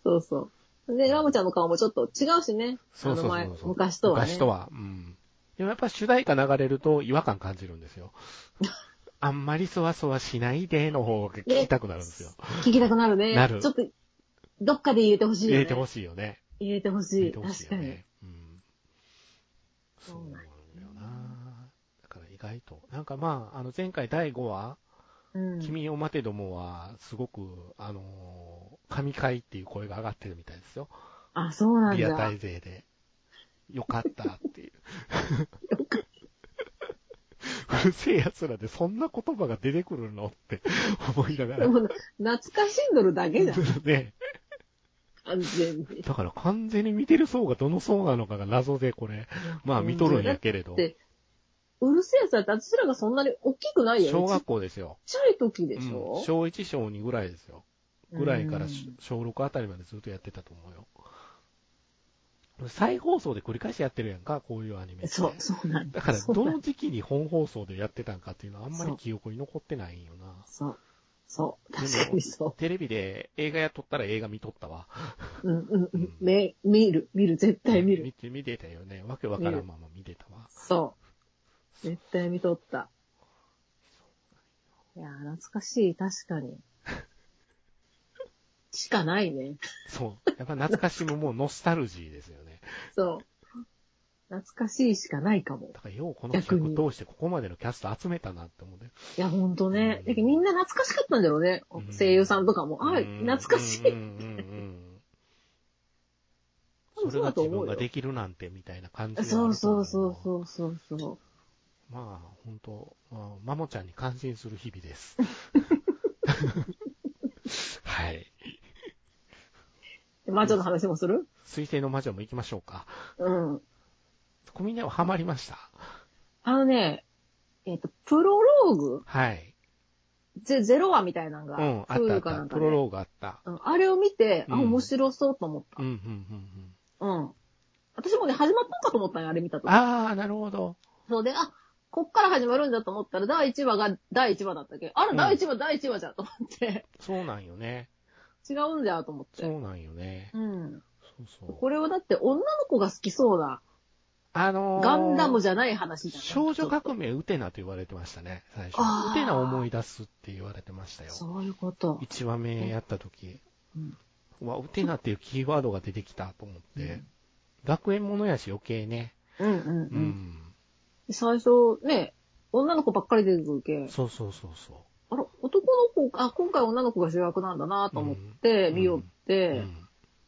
Speaker 2: そうそう。で、ラムちゃんの顔もちょっと違うしね。
Speaker 1: そ
Speaker 2: あ
Speaker 1: うそうそうそう
Speaker 2: の前、昔とはね。
Speaker 1: 昔とは。うん。でもやっぱ主題歌流れると違和感感じるんですよ。 あんまりそわそわしないでの方が聞きたくなるんですよ。
Speaker 2: 聞きたくなるね。
Speaker 1: なる
Speaker 2: ちょっと、どっかで入れてほしいよ、ね。
Speaker 1: 入れてほしいよね。
Speaker 2: 入れてほしい。
Speaker 1: 入れてほしい
Speaker 2: 確
Speaker 1: よ
Speaker 2: かに。
Speaker 1: ね。うん。そ
Speaker 2: そうう
Speaker 1: なん
Speaker 2: なん
Speaker 1: だ
Speaker 2: だ
Speaker 1: よな。だから意外と。なんかまあ、あの前回第5話、
Speaker 2: うん。
Speaker 1: 君を待てどもは、すごく、あのー神回っていう声が上がってるみたいですよ。
Speaker 2: あ、そうなん
Speaker 1: リア
Speaker 2: だ
Speaker 1: タイ。勢で。よかったっ ていう。うるせえ奴らでそんな言葉が出てくるのって思いなが
Speaker 2: で
Speaker 1: ら。
Speaker 2: も懐かしんどるだけじゃん。
Speaker 1: ね。
Speaker 2: 完全に。
Speaker 1: だから完全に見てる層がどの層なのかが謎で、これ。 まあ見とるんやけれど。
Speaker 2: で、うるせえやつだって、私らがそんなに大きくないよね。
Speaker 1: 小
Speaker 2: ちっ
Speaker 1: 学校ですよ。
Speaker 2: ちゃい時でし
Speaker 1: う
Speaker 2: ょ
Speaker 1: ん、、小1、小2ぐらいですよ。ぐらいからし
Speaker 2: うん
Speaker 1: 小6あたりまでずっとやってたと思うよ。再放送で繰り返しやってるやんか、こういうアニメって。
Speaker 2: そう、そうなんだ。
Speaker 1: だから、
Speaker 2: そう
Speaker 1: ど
Speaker 2: なん
Speaker 1: の
Speaker 2: だ
Speaker 1: 時期に本放送でやってたんかっていうのはあんま
Speaker 2: そ
Speaker 1: り
Speaker 2: う
Speaker 1: 記憶に残ってないんよな。
Speaker 2: そう。そう。
Speaker 1: でも
Speaker 2: 確かにそ
Speaker 1: テレビで映画やっとったら映画見とったわ。
Speaker 2: う。うんうんう
Speaker 1: うん
Speaker 2: ん。め、見る、見る、絶対見る。
Speaker 1: 見て、見てたよね。わけわからんまま見てたわ。
Speaker 2: そう。絶対見とった。いやー、懐かしい、確か に。しかないね。
Speaker 1: そう。やっぱ懐かしむもうノスタルジーですよね。
Speaker 2: そう。懐かしいしかないかも。
Speaker 1: だからようこの企画通してここまでのキャスト集めたなって思って。
Speaker 2: いや、ほんとね。
Speaker 1: うん
Speaker 2: だけどみんな懐かしかったんだろうね。
Speaker 1: うん
Speaker 2: 声優さんとかも。あ、
Speaker 1: うん
Speaker 2: 懐かし
Speaker 1: うん
Speaker 2: い。
Speaker 1: うん
Speaker 2: 多
Speaker 1: うん。
Speaker 2: 分
Speaker 1: そ
Speaker 2: そ
Speaker 1: れ
Speaker 2: う
Speaker 1: が
Speaker 2: だと
Speaker 1: 自
Speaker 2: 思
Speaker 1: 分
Speaker 2: う
Speaker 1: が
Speaker 2: よ。
Speaker 1: できるなんてみたいな感じはあると
Speaker 2: そ
Speaker 1: 思
Speaker 2: うそうそうそうそうそう。
Speaker 1: まあ、本当、まあ、マモちゃんに感心する日 々です。はい。
Speaker 2: で魔女の話もする
Speaker 1: 水星の魔女も行きましょうか。
Speaker 2: うん。
Speaker 1: コミネはハマりました。
Speaker 2: あのね、えっ、と、プロローグ
Speaker 1: はい。
Speaker 2: ゼゼロ話みたいなのが、
Speaker 1: うん、あ
Speaker 2: プー
Speaker 1: ったあ
Speaker 2: ル
Speaker 1: っ
Speaker 2: かな
Speaker 1: た。
Speaker 2: んか
Speaker 1: プ
Speaker 2: で、
Speaker 1: ロローグあった。
Speaker 2: うんあれを見て、あ、
Speaker 1: うん
Speaker 2: 面白そうと思っ
Speaker 1: うん、うん、うん、
Speaker 2: た。うん。私もね、始まったんかと思ったんよ、あれ見た
Speaker 1: うん。
Speaker 2: とき。
Speaker 1: あー、なるほど。
Speaker 2: そうで、あ、こっから始まるんだと思ったら、第1話が第1話だったっけあ
Speaker 1: う
Speaker 2: ら、
Speaker 1: ん
Speaker 2: 第1話、第1話じゃんと思って、
Speaker 1: そうなんよね。
Speaker 2: 違うんだと思っ
Speaker 1: そ
Speaker 2: て。
Speaker 1: うなんよね。
Speaker 2: うん。
Speaker 1: そうそう。
Speaker 2: これはだって女の子が好きそうな、
Speaker 1: あのー、
Speaker 2: ガンダムじゃない話じゃん。
Speaker 1: 少女革命ウテナと言われてましたね、最
Speaker 2: あ
Speaker 1: 初。
Speaker 2: ー
Speaker 1: ウテナ思い出すって言われてましたよ。
Speaker 2: そういうこと。
Speaker 1: 1話目やった時、
Speaker 2: うん
Speaker 1: うわ、ウテナっていうキーワードが出てきたと思って、
Speaker 2: うん
Speaker 1: 学園ものやし余計ね。
Speaker 2: うんうんう。
Speaker 1: うんん。
Speaker 2: 最初、ね、女の子ばっかり出てくるけ、
Speaker 1: そうそうそうそ
Speaker 2: あら、男の子、あ、今回女の子が主役なんだなと思って、
Speaker 1: うん
Speaker 2: 見よっ
Speaker 1: う。う
Speaker 2: て、
Speaker 1: ん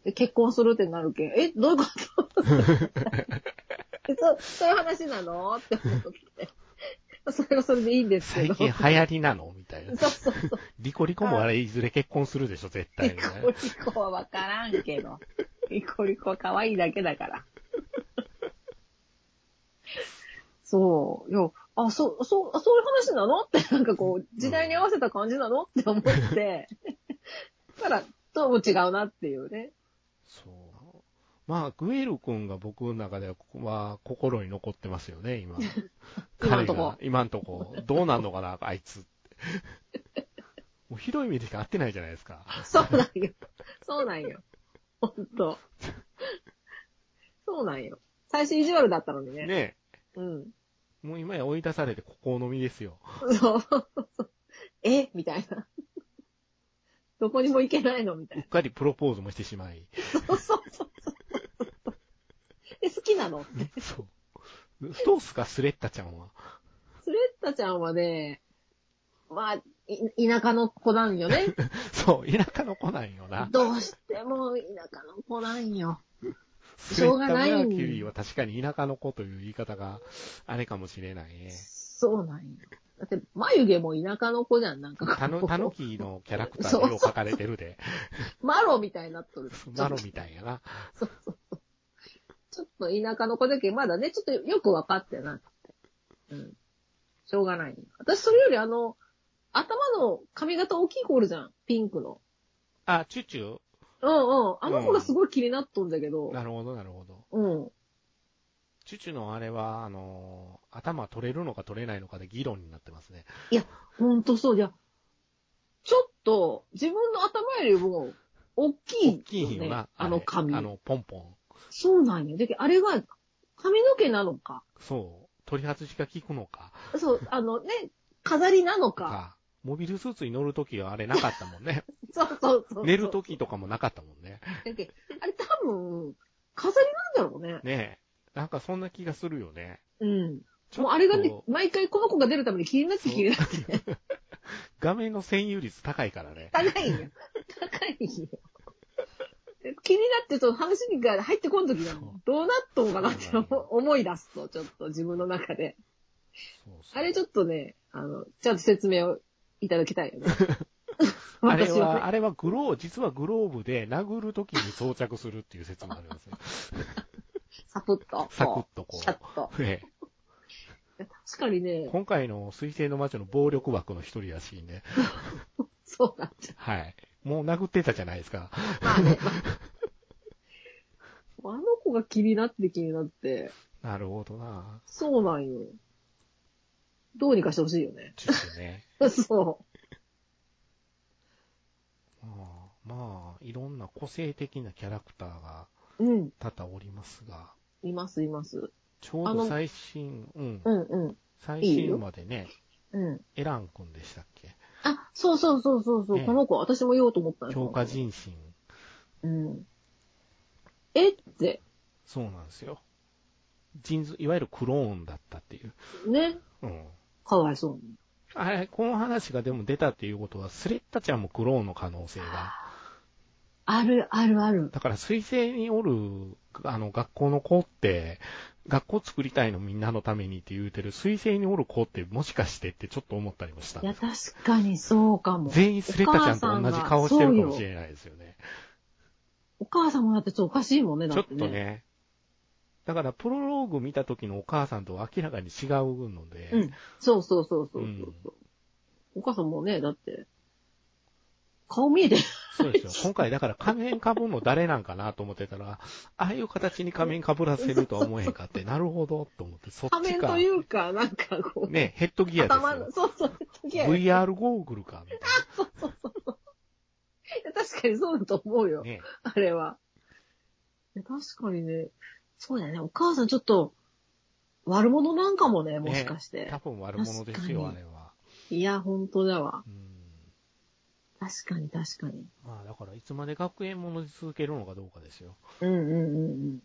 Speaker 2: で結婚するってなるけん、え、どういうことえそそういう話なのって思って。それはそれでいいんですけ
Speaker 1: 最
Speaker 2: ど。
Speaker 1: 近流行りなのみたいな。
Speaker 2: そうそうそう。
Speaker 1: リコリコもあれいずれ結婚するでしょ、絶対、
Speaker 2: リ
Speaker 1: ね。
Speaker 2: コリコはわからんけど。リコリコは可愛いだけだから。そう。いや、あ、そう、そう、あそういう話なのって、なんかこう、時代に合わせた感じなのって思って。ただ、どうも違うなっていうね。
Speaker 1: そう。まあ、グエル君が僕の中ではここは心に残ってますよね、今。
Speaker 2: 今ん
Speaker 1: 彼
Speaker 2: とこ
Speaker 1: が今んとこ。どうなんのかな、あいつって。もうひどい目でしか合ってないじゃないですか。
Speaker 2: そうなんよ。そうなんよ。ほんと。そうなんよ。最初意地悪だったのにね。
Speaker 1: ね
Speaker 2: うん。
Speaker 1: え。もう今や追い出されてここのみですよ。
Speaker 2: そう。えみたいな。どこにも行けないのみたいう
Speaker 1: っ
Speaker 2: な。
Speaker 1: かりプロポーズもしてしま い。
Speaker 2: そうそうそうそう。え、好きなの
Speaker 1: そう。どうすか、スレッタちゃんは。
Speaker 2: スレッタちゃんはね、まあ、い田舎の子なんよ ね。
Speaker 1: そう、田舎の子なんよな。
Speaker 2: どうしても田舎の子なんよ。
Speaker 1: スレ
Speaker 2: しょう
Speaker 1: ッ
Speaker 2: が
Speaker 1: タ・
Speaker 2: な
Speaker 1: メ
Speaker 2: い
Speaker 1: アキュリーは確かに田舎の子という言い方があれかもしれないね。
Speaker 2: そうなんよ。だって、眉毛も田舎の子じゃん、なんかこう。
Speaker 1: たの、たぬきのキャラクターがよう書かれてるで。
Speaker 2: マロみたいになっとる。
Speaker 1: マロみたいやな。
Speaker 2: ちょっと田舎の子だけどまだね、ちょっとよく分かってなくて。うん。しょうがない。私それよりあの、頭の髪型大きい子おるじゃん。ピンクの。
Speaker 1: あ、チュチュ
Speaker 2: うんうん。あの子がすごい気になっとんだけど。
Speaker 1: なるほど、なるほど。
Speaker 2: うん。
Speaker 1: チュチュのあれは、あのー頭取れるのか取れないのかで議論になってますね。
Speaker 2: ほんとそう。いや、ちょっと、自分の頭よりも、大きい、
Speaker 1: 大きいよな。
Speaker 2: あの
Speaker 1: れ
Speaker 2: 髪。
Speaker 1: あの、ポンポン。
Speaker 2: そうなんよ。で、あれが、髪の毛なのか。
Speaker 1: そう。取り外しが効くのか。
Speaker 2: そう、あのね、飾りなのか。
Speaker 1: か。モビルスーツに乗るときはあれなかったもんね。
Speaker 2: そうそうそうそう。
Speaker 1: 寝るときとかもなかったもんね。
Speaker 2: だけあれ多分、飾りなんだろうね。
Speaker 1: ねえ。なんかそんな気がするよね。
Speaker 2: うん。
Speaker 1: ちょっと
Speaker 2: もうあれがね、毎回この子が出るために気になって気になって。
Speaker 1: 画面の占有率高いからね。
Speaker 2: 高いよ。 高いよ。気になって、その話が入ってこんときが
Speaker 1: そう、
Speaker 2: どうなっとんかなっ
Speaker 1: そう
Speaker 2: て
Speaker 1: なんよ
Speaker 2: 思い出すと、ちょっと自分の中で。
Speaker 1: そうそう
Speaker 2: あれちょっとね、あの、ちゃんと説明をいただきたいよね。
Speaker 1: あれ
Speaker 2: 私はね
Speaker 1: は、あれはグロー、実はグローブで殴るときに装着するっていう説もあり ますね。
Speaker 2: サクッと。
Speaker 1: サクッとこう
Speaker 2: シャッと。
Speaker 1: え
Speaker 2: 確かに
Speaker 1: え
Speaker 2: ね、
Speaker 1: 今回の水星の魔女の暴力枠の一人らしいね。
Speaker 2: そうなんじゃ。
Speaker 1: はい。もう殴ってたじゃないですか。
Speaker 2: まあね。まああの子が気になって気になって。
Speaker 1: なるほどな。
Speaker 2: そうなんよ。どうにかしてほしいよね。
Speaker 1: ちょっと ね。
Speaker 2: そ
Speaker 1: まあ、まあ、いろんな個性的なキャラクターが
Speaker 2: う。うん。
Speaker 1: 多々おりますが、
Speaker 2: います、います。
Speaker 1: ちょう
Speaker 2: あ
Speaker 1: ど
Speaker 2: の
Speaker 1: 最新、うん
Speaker 2: う、ん、うん。
Speaker 1: 最
Speaker 2: いい
Speaker 1: 新
Speaker 2: よ
Speaker 1: までね、
Speaker 2: うん。
Speaker 1: エラン君でしたっけ
Speaker 2: あ、そうそうそうそうそう、
Speaker 1: ね
Speaker 2: この子、私も言おうと思ったの
Speaker 1: 強化。人心。
Speaker 2: うん。えって、
Speaker 1: そうなんですよ。人造、いわゆるクローンだったっていう。
Speaker 2: ね。
Speaker 1: うん。
Speaker 2: かわいそうに。
Speaker 1: あれ、この話がでも出たっていうことは、スレッタちゃんもクローンの可能性が。
Speaker 2: ある、ある、ある。
Speaker 1: だから、水星におる、あの、学校の子って、学校作りたいのみんなのためにって言うてる、水星におる子ってもしかしてってちょっと思ったりもしたん
Speaker 2: い
Speaker 1: で
Speaker 2: や、
Speaker 1: す。
Speaker 2: 確かにそうかも。
Speaker 1: 全員スレッタちゃんと同じ顔してるかもしれないですよね。
Speaker 2: お母さんもだってちょっとおかしいもんね、だ
Speaker 1: ちょっ
Speaker 2: って
Speaker 1: と
Speaker 2: ね。
Speaker 1: ね。だから、プロローグ見た時のお母さんとは明らかに違うので、
Speaker 2: うん。そうそうそうそうそう、
Speaker 1: うん
Speaker 2: お母さんもね、だって、顔見えて、
Speaker 1: そうですよ。今回だから仮面被るの誰なんかなと思ってたら、ああいう形に仮面被らせるとは思えへんかって、なるほどと思って、そっ
Speaker 2: 仮
Speaker 1: ち
Speaker 2: 面
Speaker 1: か
Speaker 2: と。いうか、なんかこう、
Speaker 1: ね、ヘッドギアです
Speaker 2: 頭の、
Speaker 1: よ。
Speaker 2: そうそう、時計
Speaker 1: VR ゴーグルか、みた
Speaker 2: 確かにそうだと思うよ、
Speaker 1: いな。ね。
Speaker 2: あれは。いや確かにね、そうだよね、お母さんちょっと、悪者なんかもね、もしかして。
Speaker 1: 多分悪者ですよ、あ
Speaker 2: 確か
Speaker 1: れは。
Speaker 2: いや、本当だわ。
Speaker 1: うん。
Speaker 2: 確かに確かに。
Speaker 1: まあだから、いつまで学園ものに続けるのかどうかですよ。
Speaker 2: うんうんうんうん。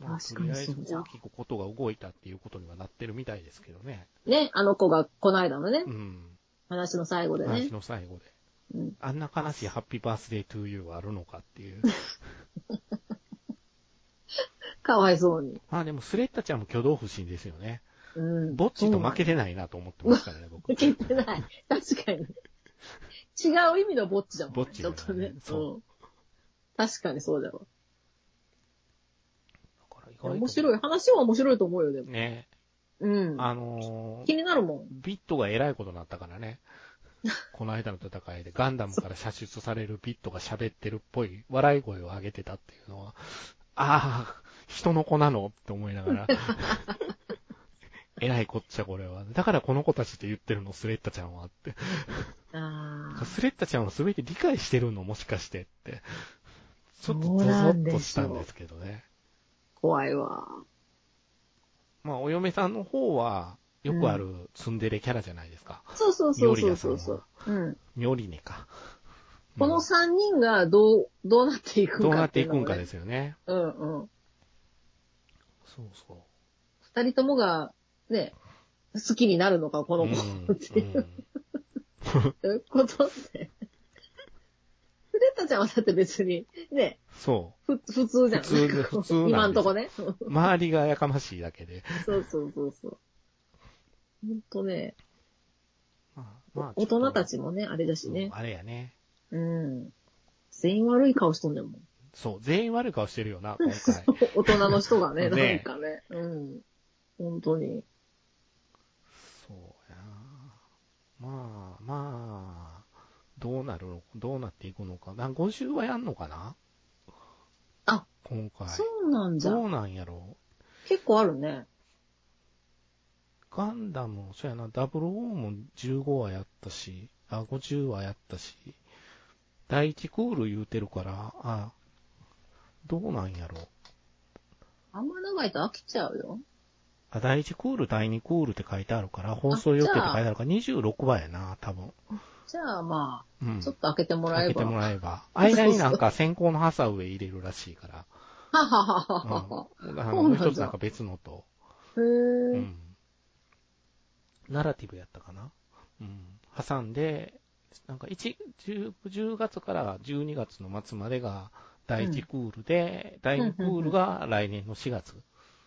Speaker 1: まあ、
Speaker 2: 確
Speaker 1: と
Speaker 2: かに
Speaker 1: りあえず
Speaker 2: そうだ
Speaker 1: 大きくことが動いたっていうことにはなってるみたいですけどね。
Speaker 2: ね、あの子がこの間のね
Speaker 1: う、ん。
Speaker 2: 話の最後でね
Speaker 1: 話。の最後で。
Speaker 2: うん、
Speaker 1: あんな悲しいハッピーバースデートゥーユーはあるのかっていう。
Speaker 2: かわいそうに。
Speaker 1: まあでも、スレッタちゃんも挙動不審ですよね。
Speaker 2: うん。
Speaker 1: ぼっちと負け
Speaker 2: て
Speaker 1: てないなと思ってますからね、僕。
Speaker 2: 負けてない。確かに。違う意味のぼっちだもんね。
Speaker 1: ぼっち
Speaker 2: ち
Speaker 1: だ
Speaker 2: ょ
Speaker 1: よ
Speaker 2: っ
Speaker 1: ね
Speaker 2: とね。。
Speaker 1: そうん
Speaker 2: 確かにそうだわ。面
Speaker 1: 面白い。
Speaker 2: 白い。話は面白いと思うよ、でも。
Speaker 1: ね。
Speaker 2: うん。
Speaker 1: あのー
Speaker 2: 気になるもん。
Speaker 1: ビットが偉いことになったからね。この間の戦いでガンダムから射出されるビットが喋ってるっぽい笑い声を上げてたっていうのは、ああ、人の子なのって思いな がら。偉いこっちゃこれは。だからこの子たちって言ってるの、スレッタちゃんはって。
Speaker 2: ああ。
Speaker 1: スレッタちゃんは全て理解してるのもしかしてって。ちょっとゾゾッとしたんですけどね。
Speaker 2: 怖いわ。
Speaker 1: まあ、お嫁さんの方は、よくあるツンデレキャラじゃないですか。
Speaker 2: そうそうそう
Speaker 1: ミオリ
Speaker 2: そ
Speaker 1: ア
Speaker 2: う
Speaker 1: さ
Speaker 2: そ
Speaker 1: ん
Speaker 2: う
Speaker 1: は
Speaker 2: そう。うん。
Speaker 1: ミョリネか。
Speaker 2: この
Speaker 1: うん
Speaker 2: 三人がどう、どうなっていくか。
Speaker 1: どうなっていくんかですすよね。
Speaker 2: うんうん。
Speaker 1: そうそう。
Speaker 2: 二人ともが、ね、好きになるのか、この子っていう。いうことって。フレッタちゃんはだって別に、ね、
Speaker 1: そ
Speaker 2: ふ、普通じゃん。
Speaker 1: 普通で普通なんです
Speaker 2: 今んとこね。そう
Speaker 1: う。周りがやかましいだけで。
Speaker 2: そうそうそう。ほんとね、
Speaker 1: まあまあ
Speaker 2: 大人た
Speaker 1: ち
Speaker 2: ちもね、あれだし
Speaker 1: ょっと
Speaker 2: ね。
Speaker 1: あれやね。
Speaker 2: うん。全員悪い顔しとんねんもん。
Speaker 1: そう、全員悪い顔してる よな、今回。
Speaker 2: 大人の人がね、な
Speaker 1: ね
Speaker 2: んかね。うん。本当に。
Speaker 1: そうやなまあ、まあ、どうなるの、どうなっていくのか。な5週はやんのかな
Speaker 2: あ、
Speaker 1: 今回。
Speaker 2: そうなんじゃ
Speaker 1: ど。うなんやろ
Speaker 2: 結構あるね。
Speaker 1: う。ガンダム、そうやな、00も15話やったし、あ、50話やったし、第一クール言うてるから、あ、どうなんやろう。
Speaker 2: あんま長いと飽きちゃうよ。
Speaker 1: あ、第一クール、第二クールって書いてあるから、放送予定って書いてあるから、26話やな、多分。
Speaker 2: じゃあま
Speaker 1: う
Speaker 2: あ、
Speaker 1: ん
Speaker 2: ちょ。っと開けてもら
Speaker 1: 開
Speaker 2: え
Speaker 1: けて
Speaker 2: ば。
Speaker 1: も
Speaker 2: は
Speaker 1: らえば。間になんか先行のハサウェイ入れるらしいから。
Speaker 2: はは はは。
Speaker 1: うん。あ
Speaker 2: そ
Speaker 1: の、
Speaker 2: うな
Speaker 1: もうん
Speaker 2: だ
Speaker 1: 一つなんか別のと。
Speaker 2: へ
Speaker 1: う
Speaker 2: ー。
Speaker 1: ん。ナラティブやったかな。うん。挟んで、なんか1、10, 10月から12月の末までが第1クールで、第2クールが来年の4月、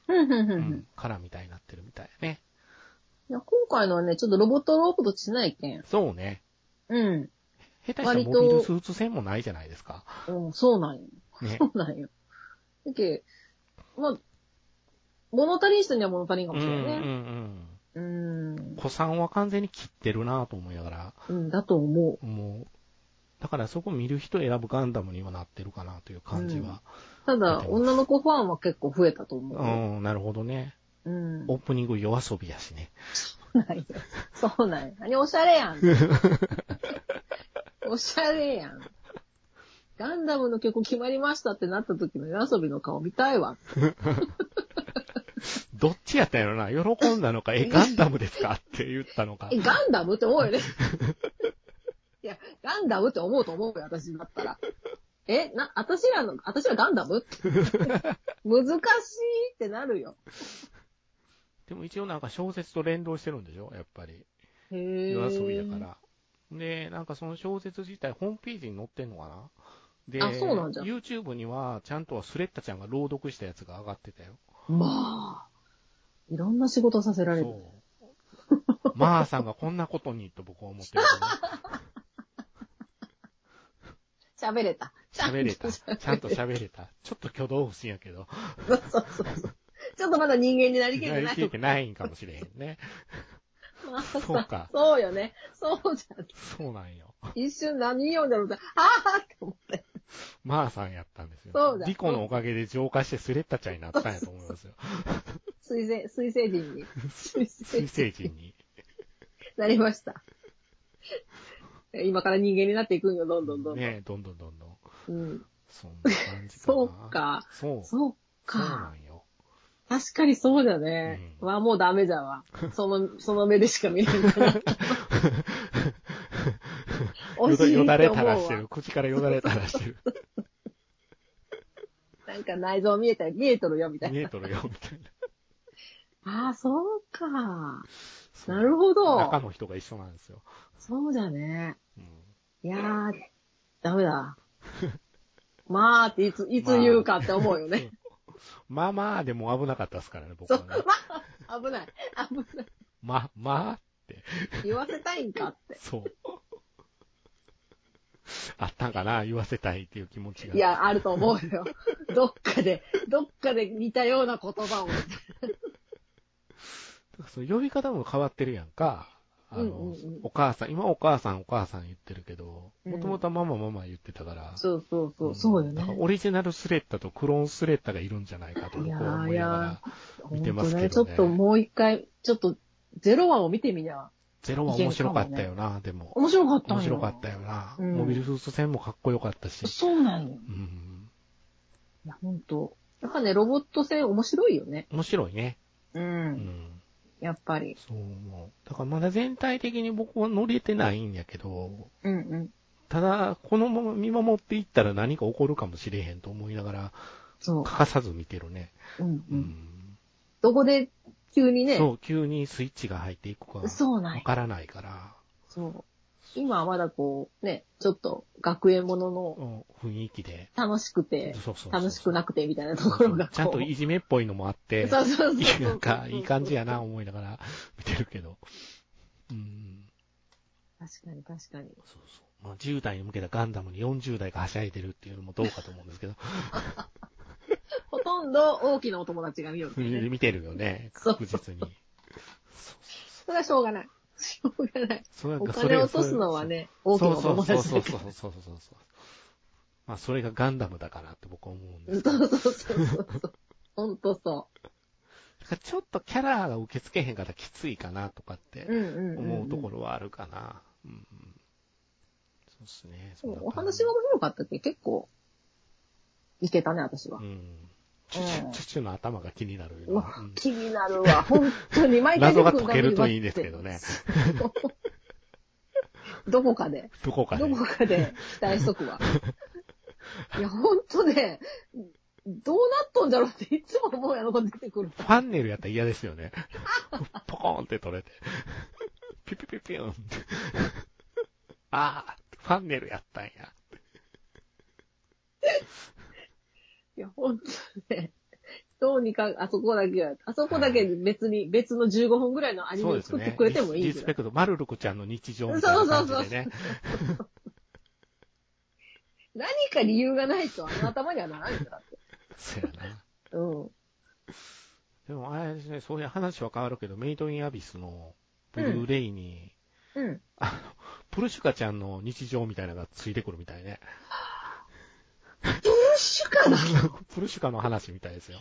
Speaker 2: うんうんう
Speaker 1: うん
Speaker 2: うん
Speaker 1: ん、からみたいになってるみたいね。
Speaker 2: いや、今回のはね、ちょっとロボットロボットしないけん。
Speaker 1: そうね。
Speaker 2: うん。
Speaker 1: 下手したら
Speaker 2: 割
Speaker 1: モ
Speaker 2: と
Speaker 1: ビルスーツ戦もないじゃないですか。
Speaker 2: うん、そうなんよ。
Speaker 1: ね
Speaker 2: そ。うなんよ。だけまあ、物足りん人には物足りんか
Speaker 1: うん
Speaker 2: もし
Speaker 1: うんう
Speaker 2: れないね。
Speaker 1: ん。
Speaker 2: うん。うん、
Speaker 1: 子さんは完全に切ってるなぁと思いながら、
Speaker 2: だと思
Speaker 1: もう、だからそこ見る人選ぶガンダムにはなってるかなという感じは。
Speaker 2: う。た
Speaker 1: 見
Speaker 2: だ、
Speaker 1: てます
Speaker 2: 女の子ファンは結構増えたと
Speaker 1: う
Speaker 2: 思
Speaker 1: ん、なるほどね。
Speaker 2: う。うん。
Speaker 1: オープニング夜遊びやしね。
Speaker 2: そうなんよ。そうなんよ。何おしゃれや ん。おしゃれやん。ガンダムの曲決まりましたってなった時の夜遊びの顔見たいわ。
Speaker 1: どっちやったんやろな喜んだのか、え、ガンダムですかって言ったのか
Speaker 2: え、。ガンダ ムって思うよね。いや、ガンダムって思うと思うよ、私だったら。え、な、私らの、私らガンダ ム難しいってなるよ。
Speaker 1: でも一応なんか小説と連動してるんでしょやっぱり。
Speaker 2: へ
Speaker 1: 夜
Speaker 2: ー
Speaker 1: 遊びだか。ら。で、なんかその小説自体、ホームページに載ってんのかなで、
Speaker 2: あそうなんじゃ
Speaker 1: YouTube には、ちゃんとはスレッタちゃんが朗読したやつが上がってたよ。
Speaker 2: まあ、いろんな仕事させられる。
Speaker 1: そう。まーさんがこんなことにと僕は思ってる
Speaker 2: 喋れた。
Speaker 1: けど ね、喋れた。
Speaker 2: ちゃんと
Speaker 1: ちゃんと喋れた。ちょっと挙動不審やけど。
Speaker 2: そうそうそう。ちょっとまだ人間になりきれてな
Speaker 1: 聞い
Speaker 2: い。
Speaker 1: てないんかもしれへんね。
Speaker 2: まあ そう
Speaker 1: そうか。
Speaker 2: そうよね。そうじゃん。
Speaker 1: そうなんよ。
Speaker 2: 一瞬何言うんだろうって、ああって思って。
Speaker 1: まーさんやったんですよ。
Speaker 2: そうだ
Speaker 1: リコのおかげで浄化してスレッタちゃんになったんやと思いますよ。
Speaker 2: 水星、水星人に。水星
Speaker 1: 水星人に。
Speaker 2: なりました。今から人間になっていくんよ、どんどんどんどん。
Speaker 1: ねどんどんどんどん。
Speaker 2: うん。
Speaker 1: そんな感じかな。
Speaker 2: そうか。
Speaker 1: そう。そう
Speaker 2: そう
Speaker 1: な
Speaker 2: か。
Speaker 1: んよ。
Speaker 2: 確かにそうだね。う
Speaker 1: う
Speaker 2: んわ、もうダメだわ。その、その目でしか見れないから。 惜
Speaker 1: よだ
Speaker 2: しい
Speaker 1: よ
Speaker 2: っ
Speaker 1: だ
Speaker 2: て
Speaker 1: れ
Speaker 2: 思
Speaker 1: 垂
Speaker 2: う
Speaker 1: ら
Speaker 2: わ
Speaker 1: してる。口からよだれ垂らしてる。
Speaker 2: なんか内臓見えたら見えとるよ、みたい
Speaker 1: 見
Speaker 2: な。
Speaker 1: えとるよ、みたいな。
Speaker 2: ああ、そうか。
Speaker 1: そう
Speaker 2: なるほ
Speaker 1: 中
Speaker 2: ど。
Speaker 1: の人が一緒なんですよ。
Speaker 2: そうだね。
Speaker 1: うん
Speaker 2: いやー、ダメ だ。まあっていつ、いつ言うかって思うよね。
Speaker 1: まあまあ、でも危なかったですからね、僕
Speaker 2: そ
Speaker 1: は
Speaker 2: う、
Speaker 1: ね
Speaker 2: ま。あ、危ない。危ない。
Speaker 1: ま、まあ、
Speaker 2: 言わせたいんかって。
Speaker 1: そう。あったんかな、言わせたいっていう気持ちが。
Speaker 2: いや、あると思う よ。どっかで、どっかで似たような言葉を。
Speaker 1: だからその呼び方も変わってるやんか。あの、
Speaker 2: うんうんうん
Speaker 1: お母さん、今お母さんお母さん言ってるけど、
Speaker 2: うん
Speaker 1: もともとはママママ言ってたから。
Speaker 2: そうそうそう、
Speaker 1: ん
Speaker 2: そうよ
Speaker 1: だから
Speaker 2: ね。
Speaker 1: オリジナルスレッタとクローンスレッタがいるんじゃないかと僕は思いなが
Speaker 2: いや
Speaker 1: ら
Speaker 2: ー、
Speaker 1: 見てますけどね
Speaker 2: 本当ちょっともう一回、ちょっと、ゼロワンを見てみりゃ。
Speaker 1: ゼロは面白かったよな、でも。
Speaker 2: 面白かったんよ
Speaker 1: 面白かったよな。
Speaker 2: うん
Speaker 1: モビルスーツ戦もかっこよかったし。
Speaker 2: そうなんよ。
Speaker 1: うん。
Speaker 2: いや、本当やっぱね、ロボット戦面白いよね。
Speaker 1: 面白いね。
Speaker 2: う。
Speaker 1: うんん。
Speaker 2: やっぱり。
Speaker 1: そう思う。だからまだ全体的に僕は乗れてないんやけど、
Speaker 2: うんうん。
Speaker 1: ただ、このまま見守っていったら何か起こるかもしれへんと思いながら、
Speaker 2: そ
Speaker 1: 欠かさず見てるね。
Speaker 2: う。うん
Speaker 1: う
Speaker 2: うん。
Speaker 1: ん。
Speaker 2: どこで急にね、
Speaker 1: そう、急にスイッチが入っていくか、わ
Speaker 2: そうなんよ。
Speaker 1: からないから、
Speaker 2: そう。今はまだこう、ね、ちょっと学園ものの
Speaker 1: うん雰囲気で。
Speaker 2: 楽しくて、
Speaker 1: そうそうそう
Speaker 2: 楽しくなくてみたいなところがこう。
Speaker 1: ちゃんといじめっぽいのもあって、
Speaker 2: そうそうそうそう。
Speaker 1: なんか、いい感じやな、思いながら 見てるけど。うん。
Speaker 2: 確かに確かに。
Speaker 1: そうそう。まあ、10代に向けたガンダムに40代がはしゃいでるっていうのもどうかと思うんですけど、
Speaker 2: ほとんど大きなお友達が見よるんだよね。
Speaker 1: 見てるよね、
Speaker 2: そう
Speaker 1: 確実に。
Speaker 2: それはしょうがない。しょうがない。
Speaker 1: そうなん
Speaker 2: お
Speaker 1: か
Speaker 2: 金を落とすのは、ね、大きなお
Speaker 1: そうそう
Speaker 2: 友
Speaker 1: そう
Speaker 2: 達
Speaker 1: そ
Speaker 2: だ
Speaker 1: う
Speaker 2: か
Speaker 1: そ
Speaker 2: ら。
Speaker 1: うそうそうそうそう。まあ、それがガンダムだからって僕は思うんですけど。
Speaker 2: そうそうそうそう。ほんとそ
Speaker 1: だからちょっとキャラが受け付けへんからきついかなとかって
Speaker 2: う。うんうんんん
Speaker 1: 思うところはあるかな。うんうんそうですね。
Speaker 2: そ
Speaker 1: ん
Speaker 2: う
Speaker 1: な感じ
Speaker 2: お話が面白かったっけ結構、いけたね、私は
Speaker 1: う。ん。チュチュチュチュの頭が気になる
Speaker 2: う
Speaker 1: よ
Speaker 2: わ
Speaker 1: な。うん、
Speaker 2: 気になるわ。本当に毎回
Speaker 1: 謎
Speaker 2: 出て
Speaker 1: が
Speaker 2: くる
Speaker 1: 解
Speaker 2: たび
Speaker 1: け
Speaker 2: に
Speaker 1: るといいんですけど ね。
Speaker 2: どこかで。
Speaker 1: どこかで
Speaker 2: ど。こかで期待しとくわ。いや、ほんとね、どうなっとんじゃろうっていつも思うやろ、出てくる。
Speaker 1: ファンネルやったら嫌ですよね。 ポコーンって 取れて。ピュピュピュピュンって。 ああ、ファンネルやったんや。
Speaker 2: いや、ほんとね、どうにか、あそこだけは、あそこだけ別に、別の15分ぐらいのアニ
Speaker 1: そう
Speaker 2: メ
Speaker 1: です
Speaker 2: 作って
Speaker 1: ね。
Speaker 2: くれてもい
Speaker 1: リ
Speaker 2: いぐ
Speaker 1: スリス
Speaker 2: ら
Speaker 1: ペ
Speaker 2: い。
Speaker 1: クト。マルルコちゃんの日常みたいな感じでね。
Speaker 2: 何か理由がないと、あの頭にはならないんだって。
Speaker 1: そうやな。
Speaker 2: うん。
Speaker 1: でもあれですね、そういう話は変わるけど、メイドインアビスのブルーレイに、
Speaker 2: うん。
Speaker 1: あの、プルシュカちゃんの日常みたいなのがついてくるみた いね。
Speaker 2: プッシュかなマジか。
Speaker 1: プルシュカの話みたいですよ。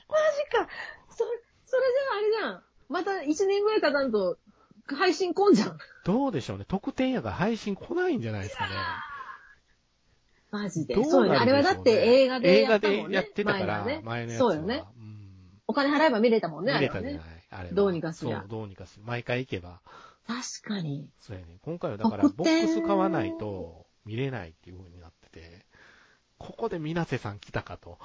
Speaker 2: それ、それじゃああれじゃん。また1年ぐらいかたんと、配信こんじゃん。
Speaker 1: どうでしょうね。特典やが配信来ないんじゃないですかね。
Speaker 2: マジで。
Speaker 1: ど
Speaker 2: そう
Speaker 1: う
Speaker 2: よね。
Speaker 1: な
Speaker 2: あ
Speaker 1: る
Speaker 2: れ
Speaker 1: でしょうね
Speaker 2: はだって映画で
Speaker 1: 映
Speaker 2: やっ
Speaker 1: 画
Speaker 2: たもんね。
Speaker 1: でやってたから、前
Speaker 2: 前
Speaker 1: の
Speaker 2: のはね
Speaker 1: やつは。
Speaker 2: そうよね。
Speaker 1: うん
Speaker 2: お金払えば見れたもん
Speaker 1: 見
Speaker 2: ね、あ
Speaker 1: れ
Speaker 2: れは
Speaker 1: たじゃない
Speaker 2: ね。。
Speaker 1: あれは
Speaker 2: どうにかすりゃ
Speaker 1: そう、どうにかする。毎回行けば。
Speaker 2: 確かに。
Speaker 1: そうやね。今回はだから、
Speaker 2: 特
Speaker 1: ボッ
Speaker 2: 典
Speaker 1: クス買わないと見れないっていう風になってて、ここで水瀬さん来たかと。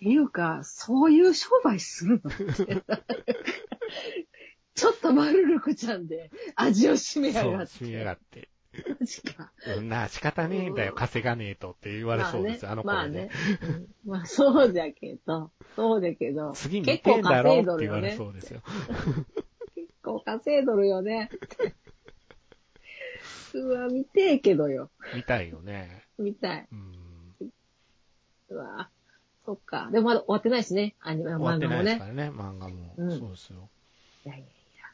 Speaker 2: ていうか、そういう商売する のちょっとマルルクちゃんで味をしめや
Speaker 1: そ
Speaker 2: がっ
Speaker 1: う、
Speaker 2: て。
Speaker 1: しみやがって。
Speaker 2: マジか。
Speaker 1: うんなあ、仕方ねえんだよ、
Speaker 2: うん
Speaker 1: 稼がねえとって言われそうです、あの子
Speaker 2: まあ
Speaker 1: は
Speaker 2: ね
Speaker 1: ね。。
Speaker 2: うんまあそうだけど、そうだけど。
Speaker 1: 次見
Speaker 2: 結
Speaker 1: て
Speaker 2: 構
Speaker 1: んだろ
Speaker 2: 稼
Speaker 1: うっ
Speaker 2: いど
Speaker 1: て
Speaker 2: る
Speaker 1: 言
Speaker 2: よ
Speaker 1: われ
Speaker 2: ね。
Speaker 1: そうですよ。
Speaker 2: 結構稼いどるよね。 うわ、見てえけどよ。
Speaker 1: みたいよね。
Speaker 2: 見たい。
Speaker 1: うん。
Speaker 2: うわ、そっか。でもまだ終わってないしね、アニメ、
Speaker 1: 終わっ
Speaker 2: 漫
Speaker 1: て
Speaker 2: 画
Speaker 1: な
Speaker 2: も
Speaker 1: いです
Speaker 2: ね
Speaker 1: か。らね、漫画も。
Speaker 2: うん
Speaker 1: そうですよ。
Speaker 2: いやいやいや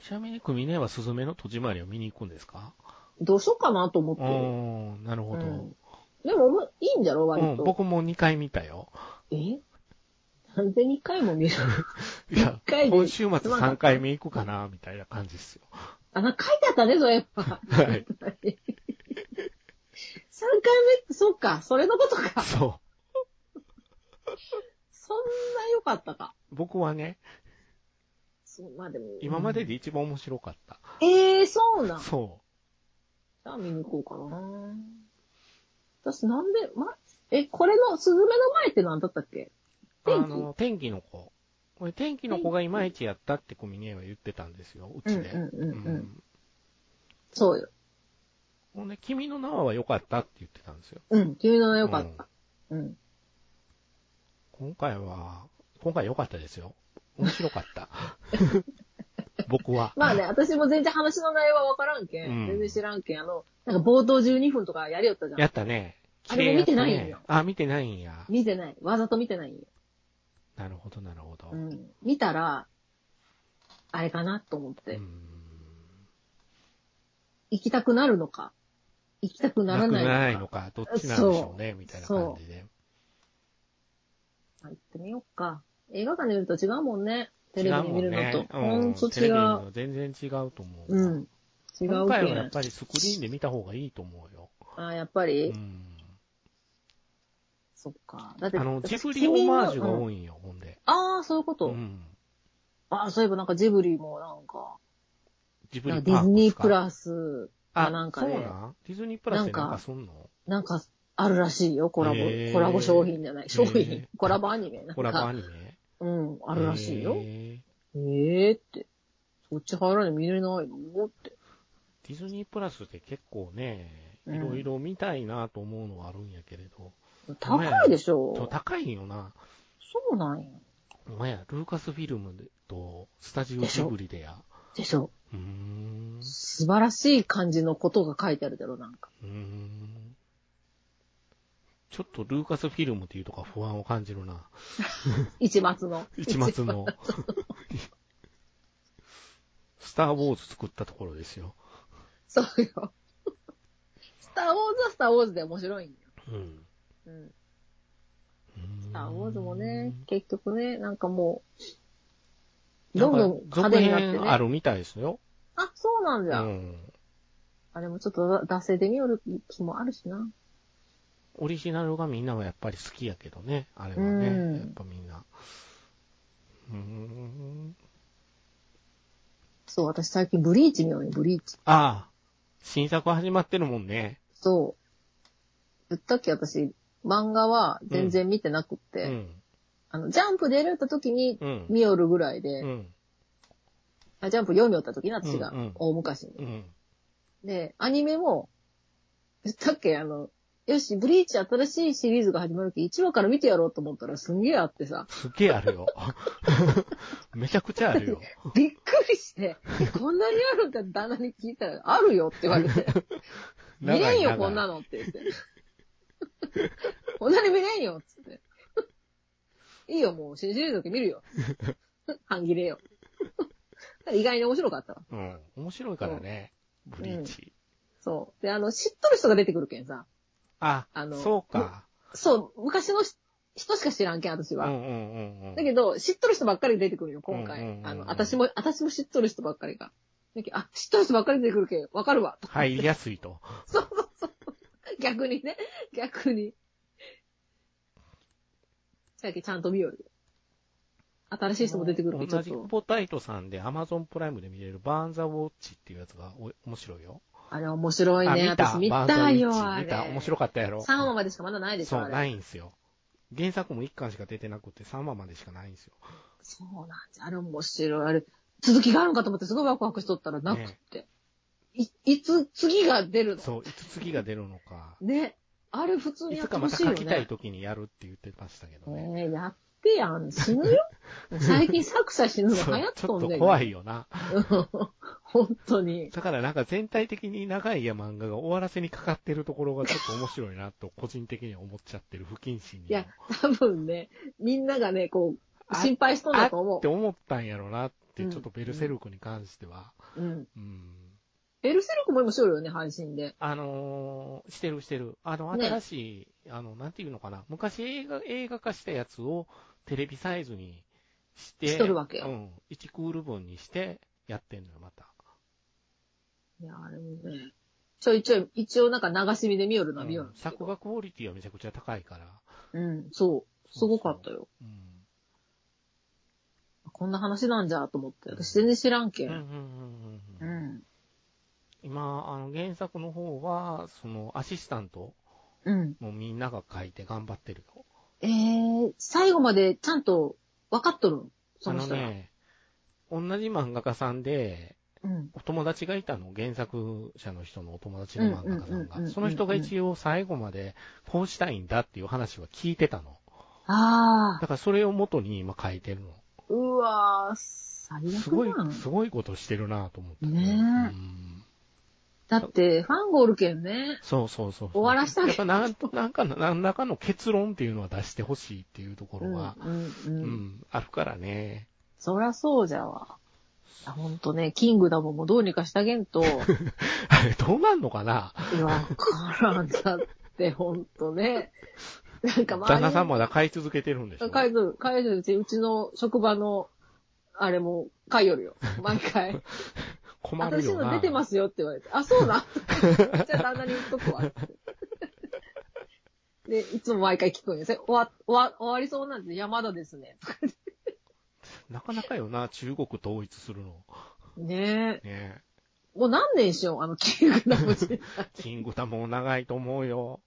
Speaker 1: ちなみに、組ねはスズメの戸締まりを見に行くんですか
Speaker 2: どうしようかなと思っ
Speaker 1: う
Speaker 2: てる。
Speaker 1: ーん、なるほど。
Speaker 2: うんでも、まいいんだろ、割
Speaker 1: うん、
Speaker 2: と。
Speaker 1: 僕も2回見たよ。
Speaker 2: えなんで2回も見る
Speaker 1: いや
Speaker 2: 一回、で
Speaker 1: 今週末3回目行くかな、みたいな感じですよ。
Speaker 2: あ、なんか書いてあったね、それやっぱ。
Speaker 1: はい。
Speaker 2: 3回目って、そっか、それのことか。
Speaker 1: そ
Speaker 2: そんな良かったか。
Speaker 1: う。僕はね、
Speaker 2: そう、まあでも。
Speaker 1: 今までで一番面白かった。
Speaker 2: ええー、そうなん。じ
Speaker 1: そ
Speaker 2: ゃあ見に行こうかな。私なんで、ま、え、これの、スズメの前って何だったっけ
Speaker 1: う。あ
Speaker 2: 天気
Speaker 1: の、天気の子。これ天気の子がいまいちやったって組ねは言ってたんですよ、うちで。
Speaker 2: うんうんうんうん
Speaker 1: ん
Speaker 2: そうよ。
Speaker 1: ほんで、君の名は良かったって言ってたんですよ。
Speaker 2: うん、君の名良かった。うん。
Speaker 1: 今回は、今回良かったですよ。面白かった。 僕は。
Speaker 2: まあね、私も全然話の内容はわからんけん、
Speaker 1: うん
Speaker 2: 全然知らんけん、あの、なんか冒頭12分とかやりよったじゃ
Speaker 1: や
Speaker 2: ん。
Speaker 1: ったね。
Speaker 2: あれも見てないんよ
Speaker 1: 綺麗やったねあ、見てないんや。
Speaker 2: 見てない。わざと見てないんよ。
Speaker 1: なるほど、なるほど。
Speaker 2: う。
Speaker 1: うん
Speaker 2: 見たら、あれかなと思って、
Speaker 1: ん
Speaker 2: 行きたくなるのか、行きたくなら
Speaker 1: なく
Speaker 2: ない
Speaker 1: な
Speaker 2: の
Speaker 1: ら
Speaker 2: か。
Speaker 1: ないのか、どっちなんでしょうね、みたいな感じで。
Speaker 2: まあ行ってみようか。映画館で見ると違うもんね。テ
Speaker 1: 違
Speaker 2: レビ
Speaker 1: う
Speaker 2: で
Speaker 1: も
Speaker 2: 見
Speaker 1: ん
Speaker 2: るの
Speaker 1: ね
Speaker 2: と。。ほ
Speaker 1: うんん
Speaker 2: と
Speaker 1: テレ
Speaker 2: 違
Speaker 1: ビで見る
Speaker 2: う。
Speaker 1: の全然違うと思う。
Speaker 2: うん。違
Speaker 1: 今
Speaker 2: う
Speaker 1: 回は
Speaker 2: け
Speaker 1: やっ
Speaker 2: ん。
Speaker 1: ぱりスクリーンで見た方がいいと思うよ。
Speaker 2: あやっぱ
Speaker 1: う
Speaker 2: り、
Speaker 1: ん。
Speaker 2: そっか。だって、
Speaker 1: あの、ジブリ
Speaker 2: 君
Speaker 1: オ
Speaker 2: の
Speaker 1: マージュが
Speaker 2: うん
Speaker 1: 多いんよ、ほんで。
Speaker 2: ああ、そういうこと。
Speaker 1: うん。
Speaker 2: ああ、そういえばなんかジブリもなんか、
Speaker 1: ジブ
Speaker 2: な
Speaker 1: リ
Speaker 2: んか
Speaker 1: パ
Speaker 2: ディズ
Speaker 1: ーク
Speaker 2: ニ
Speaker 1: ス
Speaker 2: ー
Speaker 1: か
Speaker 2: プラス、かなんかで
Speaker 1: あそうなんディズニープラスでなんかそんの
Speaker 2: なんかあるらしいよ。コラボ、
Speaker 1: へー
Speaker 2: コラボ商品じゃない。商品、
Speaker 1: へー
Speaker 2: コラボアニメなん
Speaker 1: コラボア
Speaker 2: か。
Speaker 1: ニメ
Speaker 2: うん、あるらしいよ。へ
Speaker 1: へ
Speaker 2: えーって。そっち入らない見れないのって。
Speaker 1: ーディズニープラスって結構ね、
Speaker 2: うん
Speaker 1: いろいろ見たいなと思うのはあるんやけれど、
Speaker 2: 高いでしょ。
Speaker 1: そう高いんよな。
Speaker 2: そうなんや。
Speaker 1: お前や、ルーカスフィルムとスタジオ
Speaker 2: でし
Speaker 1: ジ
Speaker 2: ょ
Speaker 1: ブリでや。
Speaker 2: でしょ。
Speaker 1: うーん。
Speaker 2: 素晴らしい感じのことが書いてあるだろ、なんか。
Speaker 1: うーん。ちょっとルーカスフィルムっていうとか不安を感じるな。
Speaker 2: 一末の。
Speaker 1: 一末の。 スター・ウォーズ作ったところですよ。
Speaker 2: そうよ。スターウォーズはスターウォーズで面白いんよ。
Speaker 1: うん。
Speaker 2: うん。ス
Speaker 1: ス
Speaker 2: ターウォーズもね、結局ね、なんかもう、
Speaker 1: な
Speaker 2: ど
Speaker 1: ん
Speaker 2: ん
Speaker 1: か
Speaker 2: どん派
Speaker 1: 続
Speaker 2: 手になってね
Speaker 1: 編。あるみたいですよ。
Speaker 2: あ、そうなん
Speaker 1: う
Speaker 2: だ。
Speaker 1: ん。
Speaker 2: あれもちょっと惰性で見よる気もあるしな。
Speaker 1: オリジナルがみんなはやっぱり好きやけどね、あれは
Speaker 2: うん
Speaker 1: ね。やっぱみんな。うーん。
Speaker 2: そう、私最近ブリーチ見ようね、ブリーチ。
Speaker 1: ああ、新作始まってるもんね。
Speaker 2: そう。ぶったっけ私、漫画は全然見てなくって、
Speaker 1: うん。
Speaker 2: あの、ジャンプ出られた時に
Speaker 1: うん。
Speaker 2: 見よるぐらいで、
Speaker 1: うん。
Speaker 2: あジャンプ読みよった時に私が、
Speaker 1: うんうん
Speaker 2: 大昔に。
Speaker 1: うん。
Speaker 2: で、アニメも、言ったっけあの、よし、ブリーチ新しいシリーズが始まるき、1話から見てやろうと思ったらすんげえあってさ、
Speaker 1: すげえあるよ。 めちゃくちゃあるよ。
Speaker 2: びっくりして、えこんなにあるんだって旦那に聞いたら、あるよって言われ て、見れんよ、こんな
Speaker 1: の。
Speaker 2: のって言って。こんなに見れんよ、っつって。いいよ、もう、新シリーズだけ見るよ。半切れよ。意外に面白かったわ。
Speaker 1: うん。面白いからね。ブリーチ。
Speaker 2: そう。で、あの、知っとる人が出てくるけんさ。
Speaker 1: あ
Speaker 2: あ、の
Speaker 1: そうか。
Speaker 2: そう、昔のし人しか知らんけん、私
Speaker 1: うんう
Speaker 2: は。
Speaker 1: んうんうん。
Speaker 2: だけど、知っとる人ばっかり出てくるよ、今回。
Speaker 1: うんうんうんうん
Speaker 2: あの、私も、私も知っとる人ばっかりが。だけどあ、知っとる人ばっかり出てくるけん、わかるわ。
Speaker 1: 入りやすいと。
Speaker 2: そうそうそう。 逆にね、逆に。さっきちゃんと見よる。新しい人も出てくるけんちょ
Speaker 1: 同
Speaker 2: っ
Speaker 1: じ
Speaker 2: と
Speaker 1: ポタイトさんで Amazon プライムで見れるバーンザウォッチっていうやつがお面白いよ。
Speaker 2: あれ面白い
Speaker 1: あ
Speaker 2: ね。
Speaker 1: 見た
Speaker 2: 私見
Speaker 1: バーサ
Speaker 2: た
Speaker 1: ービ
Speaker 2: よ、
Speaker 1: ッ
Speaker 2: あ
Speaker 1: チ
Speaker 2: れ。
Speaker 1: 見た。面白かったやろ。
Speaker 2: 3話までしかまだないでしょ、
Speaker 1: そう、
Speaker 2: あれ。
Speaker 1: ないんすよ。原作も1巻しか出てなくて、3話までしかないんすよ。
Speaker 2: そうなんです。あれ面白い。あれ、続きがあるのかと思ってすごいワクワクしとったらなくって。い、いつ次が出るの
Speaker 1: そう、いつ次が出るのか。
Speaker 2: ね。あれ普通に
Speaker 1: い
Speaker 2: やっ
Speaker 1: つ
Speaker 2: て
Speaker 1: か
Speaker 2: ほ
Speaker 1: また
Speaker 2: しいよ
Speaker 1: 書
Speaker 2: ね。
Speaker 1: きたい時にやるって言ってましたけどね。
Speaker 2: ねえやってやん。死ぬよ。最近作者死ぬの流
Speaker 1: そう
Speaker 2: 行っ
Speaker 1: ち
Speaker 2: と
Speaker 1: ょっ
Speaker 2: ん
Speaker 1: と
Speaker 2: ねん。
Speaker 1: 怖
Speaker 2: い。
Speaker 1: いよな。
Speaker 2: 本当に。
Speaker 1: だからなんか全体的に長いや漫画が終わらせにかかってるところがちょっと面白いなと個人的には思っちゃってる不謹慎に。
Speaker 2: いや、多分ね、みんながね、こう、
Speaker 1: あ
Speaker 2: 心配しとんだと
Speaker 1: っ
Speaker 2: 思
Speaker 1: て思ったんやろなって、ちょっとベルセルクに関しては。
Speaker 2: う。うん。
Speaker 1: うん。
Speaker 2: ベルセルクも今しよるよね、配信で。
Speaker 1: あのーしてるしてる。あの、
Speaker 2: ね
Speaker 1: 新しい、あの、なんていうのかな。昔映画、映画化したやつをテレビサイズにして。
Speaker 2: しとるわけよ
Speaker 1: うん。1クール分にしてやってんのよ、また。
Speaker 2: いや、あれもね、ちょいちょい、一応なんか流し見で見よるな、見よ
Speaker 1: う
Speaker 2: る
Speaker 1: ん。作画クオリティはめちゃくちゃ高いから。
Speaker 2: うん、そう。すごかったよ。
Speaker 1: うん。
Speaker 2: こんな話なんじゃ、と思って。私全然知らんけ
Speaker 1: うんう
Speaker 2: ん。
Speaker 1: んうんう
Speaker 2: うん
Speaker 1: うん。
Speaker 2: ん。
Speaker 1: 今、あの、原作の方は、その、アシスタント、
Speaker 2: うん。
Speaker 1: もうみんなが書いて頑張ってるよ。
Speaker 2: えー、最後までちゃんと分かっとるのそ
Speaker 1: あ
Speaker 2: の
Speaker 1: の
Speaker 2: 人ら。
Speaker 1: ね、同じ漫画家さんで、
Speaker 2: うん。
Speaker 1: お友達がいたの、原作者の人のお友達の漫画家さ
Speaker 2: うんうんう
Speaker 1: ん
Speaker 2: んうんうん
Speaker 1: が。その人が一応最後までこうしたいんだっていう話は聞いてたの。
Speaker 2: あ
Speaker 1: だからそれを元に今書いてるの。
Speaker 2: ー、うわー、最
Speaker 1: す
Speaker 2: 悪
Speaker 1: ごい
Speaker 2: やん、
Speaker 1: すごいことしてるなぁと思ったけど。
Speaker 2: ねえ
Speaker 1: うん
Speaker 2: だって、ファンゴールけんね。
Speaker 1: そうそうそう。
Speaker 2: 終わらせた
Speaker 1: や
Speaker 2: ね
Speaker 1: っぱなんなんか、何らかの結論っていうのは出してほしいっていうとこ
Speaker 2: う
Speaker 1: ろ
Speaker 2: ん、
Speaker 1: は、
Speaker 2: うん、う。
Speaker 1: うんん、あるからね。
Speaker 2: そりゃそうじゃわ。いや、ほんとね、キングダムもどうにかしたげんと、い
Speaker 1: あれ どうなんのかな
Speaker 2: やわからんだって、ほんとね。なんか
Speaker 1: 旦那さん
Speaker 2: も。
Speaker 1: まだ買い続けてるんでしょ
Speaker 2: カイドカイドうち、うちの職場の、あれも、買いよるよ。毎回。
Speaker 1: 困る
Speaker 2: 私
Speaker 1: よな。
Speaker 2: の出てますよって言われて、あ、そう な。じゃあ旦那に言っとくわ。で、いつも毎回聞くんですよ。終わ、終わ、終わりそうなんで山田ですね。
Speaker 1: なかなかよな、中国統一するの。
Speaker 2: ね
Speaker 1: ね
Speaker 2: え。もう何年しよう、あの、キングダム時代。
Speaker 1: え。キングダムも長いと思うよ。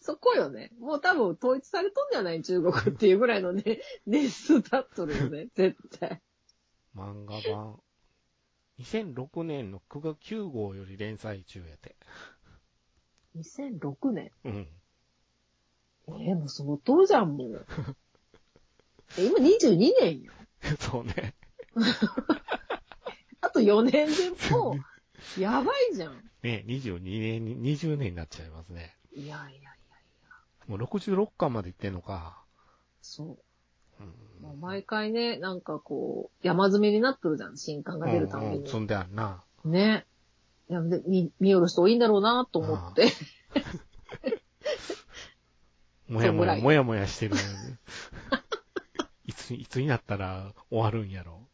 Speaker 2: そこよね。もう多分統一されとんじゃない中国っていうぐらいのね、 年数だっとるよね、絶対。
Speaker 1: 漫画版。2006年の9月9号より連載中やて。
Speaker 2: 2006年。
Speaker 1: うん。
Speaker 2: えー、もう相当じゃん、もう。 え今22年よ。
Speaker 1: そうね。
Speaker 2: あと4年でも う、やばいじゃん。
Speaker 1: ねえ22年に、20年になっちゃいますね。
Speaker 2: いやいやいや、
Speaker 1: もう66巻までいってんのか。。
Speaker 2: そうう。もうん毎回ね、なんかこう、山積みになっとるじゃん、新刊が出るた
Speaker 1: う
Speaker 2: め
Speaker 1: んうん、そ
Speaker 2: に。
Speaker 1: んであるな。
Speaker 2: ね。いやで見見よる人多いんだろうなと思って。
Speaker 1: もや
Speaker 2: そ
Speaker 1: もや、
Speaker 2: んぐらい
Speaker 1: もやもやしてる。 いつ、いつになったら終わるんやろ。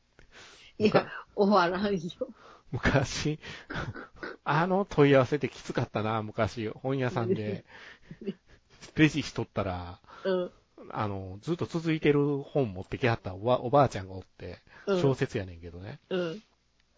Speaker 2: いや、終わらんよ。
Speaker 1: 昔、 あの問い合わせってきつかったな、昔、本屋さんで。レジしとったら、
Speaker 2: うん。
Speaker 1: あの、ずっと続いてる本持ってきはったおばおばあちゃんがおって、
Speaker 2: うん
Speaker 1: 小説やねんけどね、
Speaker 2: うん。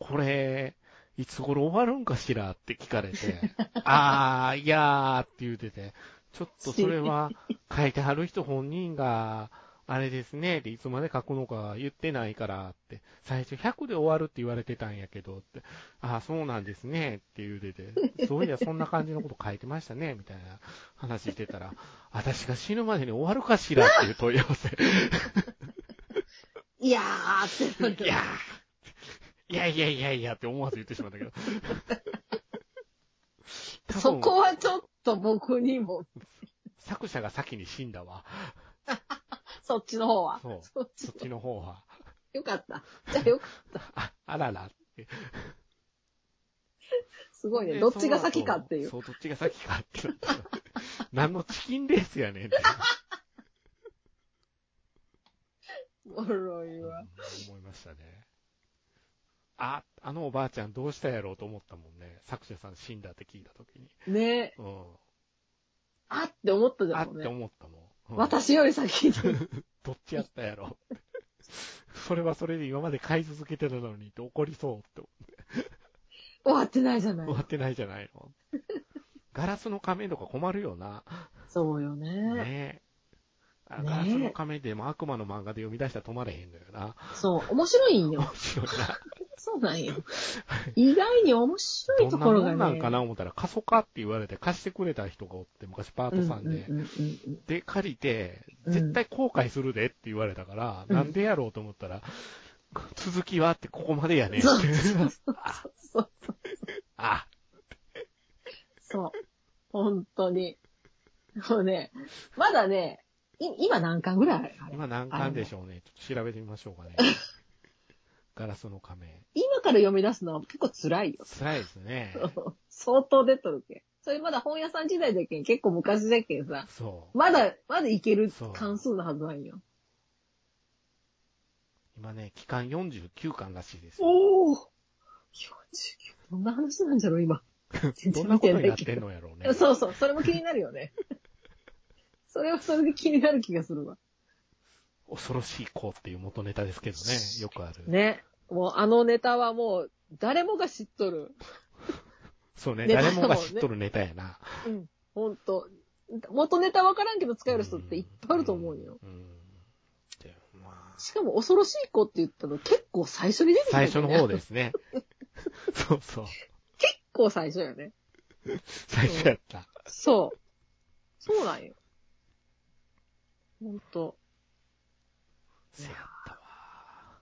Speaker 1: これ、いつ頃終わるんかしらって聞かれて、あー、いやーって言うてて、ちょっとそれは書いてはる人本人が、あれですね、でいつまで書くのか言ってないからって、最初100で終わるって言われてたんやけどって、ああ、そうなんですね、って言うてて、そういや、そんな感じのこと書いてましたね、みたいな話してたら、私が死ぬまでに終わるかしらっていう問い合わせ。
Speaker 2: いやーってなるよ
Speaker 1: いやーいやいやいやいやって思わず言ってし まったけど。
Speaker 2: そ
Speaker 1: 多
Speaker 2: こ
Speaker 1: 分
Speaker 2: はちょっと僕にも、
Speaker 1: 作者が先に死んだわ。
Speaker 2: そっちの方は。
Speaker 1: そう
Speaker 2: そっち
Speaker 1: そっちの方は。
Speaker 2: よかった。じゃあよかった。
Speaker 1: あ、あららって。
Speaker 2: すごいね。
Speaker 1: で
Speaker 2: どっちが先かっていう。
Speaker 1: その後そう、どっちが先かってなった。何のチキンレースやねんって。
Speaker 2: おもろいわ。
Speaker 1: 思いましたね。あ、あのおばあちゃんどうしたやろうと思ったもんね。作者さん死んだって聞いたときに。
Speaker 2: ね
Speaker 1: う
Speaker 2: あって思ったじ
Speaker 1: ん。あ
Speaker 2: ゃ
Speaker 1: っ
Speaker 2: ん、
Speaker 1: て
Speaker 2: ね。
Speaker 1: 思ったもん。うん、
Speaker 2: 私より先に。
Speaker 1: どっちやったやろ うってそれはそれで今まで買い続けてたのにって怒りそうって。
Speaker 2: 終わってないじゃない
Speaker 1: 終。わってないじゃないの。ガラスの仮面とか困るよな。
Speaker 2: そうよね。
Speaker 1: ねえ。
Speaker 2: ね
Speaker 1: あ
Speaker 2: え
Speaker 1: ガラスの仮面でも悪魔の漫画で読み出したら止まれへんのよ な。
Speaker 2: そう、面白いんよ。
Speaker 1: 面白いな。
Speaker 2: そうなん よ。意外に面白い
Speaker 1: ど
Speaker 2: と
Speaker 1: んな
Speaker 2: ころ
Speaker 1: も
Speaker 2: が
Speaker 1: んなん
Speaker 2: ね。
Speaker 1: かな思ったら、過疎化って言われて貸してくれた人がおって、昔パートさんで。
Speaker 2: うんうんうんうん
Speaker 1: で、借りて、
Speaker 2: うん
Speaker 1: 絶対後悔するでって言われたから、
Speaker 2: うん
Speaker 1: なんでやろうと思ったら、続きはってここまでやねんって。
Speaker 2: そうそうそうそうそう。
Speaker 1: あ、
Speaker 2: そう。本当に。もうね、まだね、い今何巻ぐらいあるあれ
Speaker 1: 今何巻でしょうね。ちょっと調べてみましょ うかね。ガラスの仮面。
Speaker 2: 今から読み出すのは結構辛いよ。
Speaker 1: 辛いですね。
Speaker 2: 相当出とるけん。それまだ本屋さん時代だけん、結構昔だけんさ、
Speaker 1: そう。
Speaker 2: まだ、まだいける関数のはずなんよ。
Speaker 1: 今ね、期間49巻らしいですよ。
Speaker 2: おお !49! どんな話なんじゃろ、今。全
Speaker 1: どん
Speaker 2: 然
Speaker 1: な
Speaker 2: 見
Speaker 1: こ
Speaker 2: て
Speaker 1: と
Speaker 2: な
Speaker 1: に
Speaker 2: い
Speaker 1: なって
Speaker 2: け
Speaker 1: ん
Speaker 2: ど。
Speaker 1: のやろうね。
Speaker 2: そうそう、それも気になるよね。 それはそれで気になる気がするわ。
Speaker 1: 恐ろしい子っていう元ネタですけどね。よくある。
Speaker 2: ね。もうあのネタはもう、誰もが知っとる。
Speaker 1: そうね。
Speaker 2: ネタだ
Speaker 1: 誰
Speaker 2: もんね
Speaker 1: もが知っとるネタやな。
Speaker 2: うん。ほんと。元ネタわからんけど使える人っていっぱいあると思うよ。
Speaker 1: うん。うんでまあ
Speaker 2: しかも恐ろしい子って言ったの結構最初に出てきた、。
Speaker 1: 最初の方ですす ね。そうそう。
Speaker 2: 結構最初よね。
Speaker 1: 最初やった。
Speaker 2: そう。そうなんよ。ほんと。
Speaker 1: せやったわ。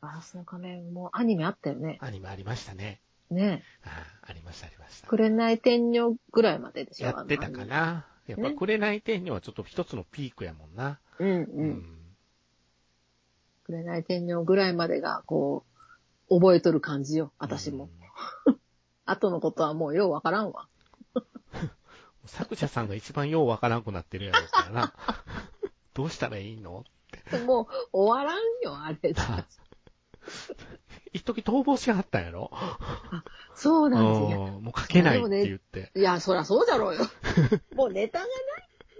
Speaker 2: ガラスの仮面もアニメあったよね。
Speaker 1: アニメありましたね。
Speaker 2: ね
Speaker 1: ああありました、ありまし
Speaker 2: え。くれない天女ぐらいまででしょ。
Speaker 1: た。やってたかな。やっぱ、
Speaker 2: ね
Speaker 1: くれない天にはちょっと一つのピークやもんな。
Speaker 2: あのアニメ。
Speaker 1: う
Speaker 2: うんうん。くれない天女ぐらいまでが、こう、覚えとる感じよ。私も。
Speaker 1: うん
Speaker 2: 後のことはもうようわからんわ。
Speaker 1: 作者さんが一番ようわからんくなってるやろうからな。 どうしたらいいの
Speaker 2: もう終わらんよ、あれじゃ。
Speaker 1: 一時逃亡しはったんやろ
Speaker 2: そう
Speaker 1: うん。
Speaker 2: なんですよ。
Speaker 1: もう書けないって言って。
Speaker 2: いや、そらそうだろう よ。もうネタがない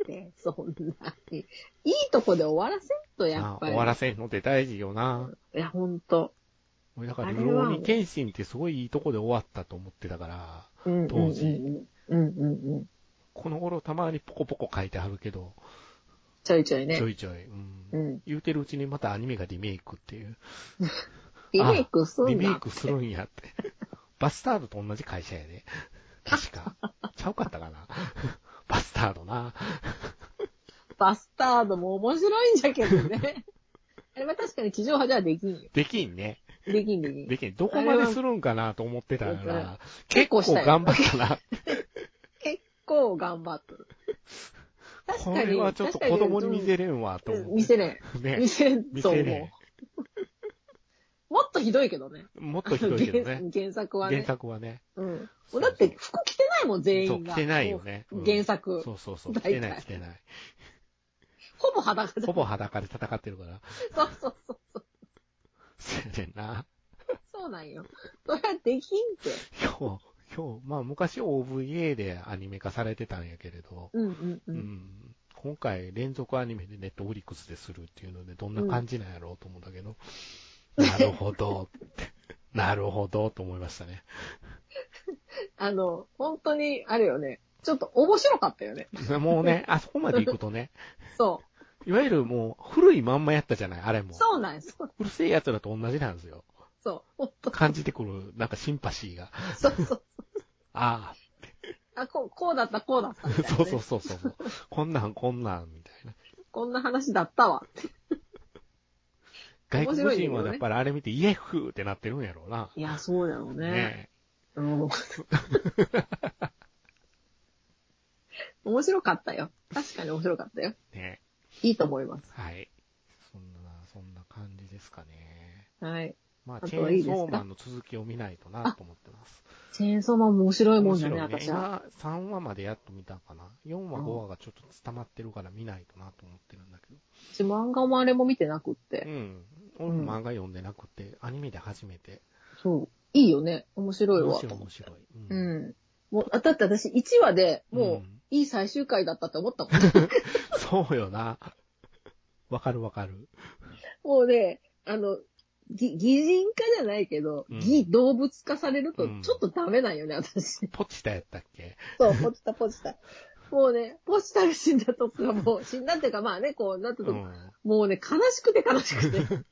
Speaker 2: って、そんなに。いいとこで終わらせんと、や
Speaker 1: あ
Speaker 2: っぱり。
Speaker 1: 終わらせんのって大事よな。
Speaker 2: いや、ほんと。
Speaker 1: もうだか
Speaker 2: あ
Speaker 1: ら、
Speaker 2: れは
Speaker 1: ルローニケンシンってすごいいいとこで終わったと思ってたから、
Speaker 2: うんうん
Speaker 1: 当時
Speaker 2: うんうんうんうんうん。
Speaker 1: この頃たまにポコポコ書いてはるけど、
Speaker 2: ちょいちょいね
Speaker 1: ちょ。いちょい。うん
Speaker 2: うん。
Speaker 1: 言うてるうちにまたアニメがリメイクっていう。
Speaker 2: リメイクすんな。
Speaker 1: リメイクするんやって。 バスタードと同じ会社やで。確か。ちゃうかったかな。 バスタードな。
Speaker 2: バスタードも面白いんじゃけど ね。あれは確かに地上波ではできんよ。
Speaker 1: できんね。
Speaker 2: できんできん。
Speaker 1: できん。どこまでするんかなと思ってたか
Speaker 2: あれ
Speaker 1: ら
Speaker 2: は、結
Speaker 1: 結構
Speaker 2: 構
Speaker 1: 頑張ったな。
Speaker 2: 結構頑張っとる。確か
Speaker 1: こ
Speaker 2: に。
Speaker 1: れはちょっと子供に見せれんわと
Speaker 2: 確か
Speaker 1: 思っ
Speaker 2: に
Speaker 1: て。
Speaker 2: うん見せれん。
Speaker 1: ね
Speaker 2: 見。せれん
Speaker 1: 見
Speaker 2: と
Speaker 1: せ
Speaker 2: 思
Speaker 1: れ
Speaker 2: う。もっとひどいけどね。
Speaker 1: ん。もっとひどいけどね。
Speaker 2: 原原作はね。
Speaker 1: 原作はね。
Speaker 2: うん。もうだって服着てないもん、全
Speaker 1: そう、
Speaker 2: 員
Speaker 1: 着
Speaker 2: が。
Speaker 1: てないよね。
Speaker 2: も
Speaker 1: う
Speaker 2: うん原作。
Speaker 1: そうそうそう。着
Speaker 2: 大
Speaker 1: て
Speaker 2: 体
Speaker 1: ない着てない。
Speaker 2: ほぼ裸で。
Speaker 1: ほぼ裸で戦ってるから。
Speaker 2: そうそうそうそう。
Speaker 1: せやねんな。
Speaker 2: そうなんよ。それはできんって。
Speaker 1: 今日、今日、まあ昔 OVA でアニメ化されてたんやけれど、
Speaker 2: うんうんう。
Speaker 1: うんん、今回連続アニメでネットフリックスでするっていうので、どんな感じなんやろうと思うんだけど、なるほど って、なるほどと思いましたね。
Speaker 2: あの、本当に、あれよね。ちょっと面白かったよね。
Speaker 1: もうね、あそこまで行くとね、
Speaker 2: そ
Speaker 1: いわゆるもう古いまんまやったじゃない、あれ
Speaker 2: う。
Speaker 1: も。
Speaker 2: そうなんよ。そう。
Speaker 1: うるせえ奴らと同じなんですよ。
Speaker 2: そう。本当
Speaker 1: 感じてくる、なんかシンパシーが。
Speaker 2: そうそう。
Speaker 1: あ
Speaker 2: あ、こう、こうだった、こうだった
Speaker 1: あ、
Speaker 2: みたいなね、
Speaker 1: そうそうそうそう。こんなんこんなんみたいな。
Speaker 2: こんな話だったわ。
Speaker 1: 外
Speaker 2: 面
Speaker 1: 国
Speaker 2: 白いんだけ
Speaker 1: 人
Speaker 2: どね
Speaker 1: はやっぱりあれ見て、イエフってなってるんやろうな。
Speaker 2: いや、そうだろうね。
Speaker 1: ね
Speaker 2: うん。面白かったよ。確かに面白かったよ。
Speaker 1: え。ね
Speaker 2: いいと思います。
Speaker 1: え。はい。そんな、そんな感じですかね。
Speaker 2: はい。
Speaker 1: まあ、
Speaker 2: あと
Speaker 1: チェ
Speaker 2: はい
Speaker 1: ーン
Speaker 2: いですか
Speaker 1: ソーマンの続きを見ないとなと思ってます。
Speaker 2: チェーンソーマンも面白いもんだね、
Speaker 1: 面白い
Speaker 2: 私は。
Speaker 1: 今、3話までやっと見たかな。4話、
Speaker 2: うん
Speaker 1: 5話がちょっと伝まってるから見ないとなと思ってるんだけど。
Speaker 2: 私漫画もあれも見てなくって。
Speaker 1: うん。俺も漫画読んでなくて、アニメで初めて。
Speaker 2: そう。いいよね。面白い
Speaker 1: 面
Speaker 2: わ。
Speaker 1: 白い、面白い。
Speaker 2: う
Speaker 1: うん。
Speaker 2: ん。もう、あだって私1話で
Speaker 1: う
Speaker 2: も
Speaker 1: ん
Speaker 2: ういい最終回だったって思 ったもん。
Speaker 1: そうよな。わかるわかる。
Speaker 2: もうね、あの、ぎ擬人化じゃないけど、
Speaker 1: うん
Speaker 2: 擬動物化されると
Speaker 1: うん
Speaker 2: ちょっとダメなんよね、私。
Speaker 1: ポチタやったっけ
Speaker 2: そう、ポチタ、ポチタ。もうね、ポチタが死んだとか、もう死んだっていうか、まあね、こうなった
Speaker 1: う
Speaker 2: とき、
Speaker 1: ん。
Speaker 2: もうね、悲しくて悲しくて。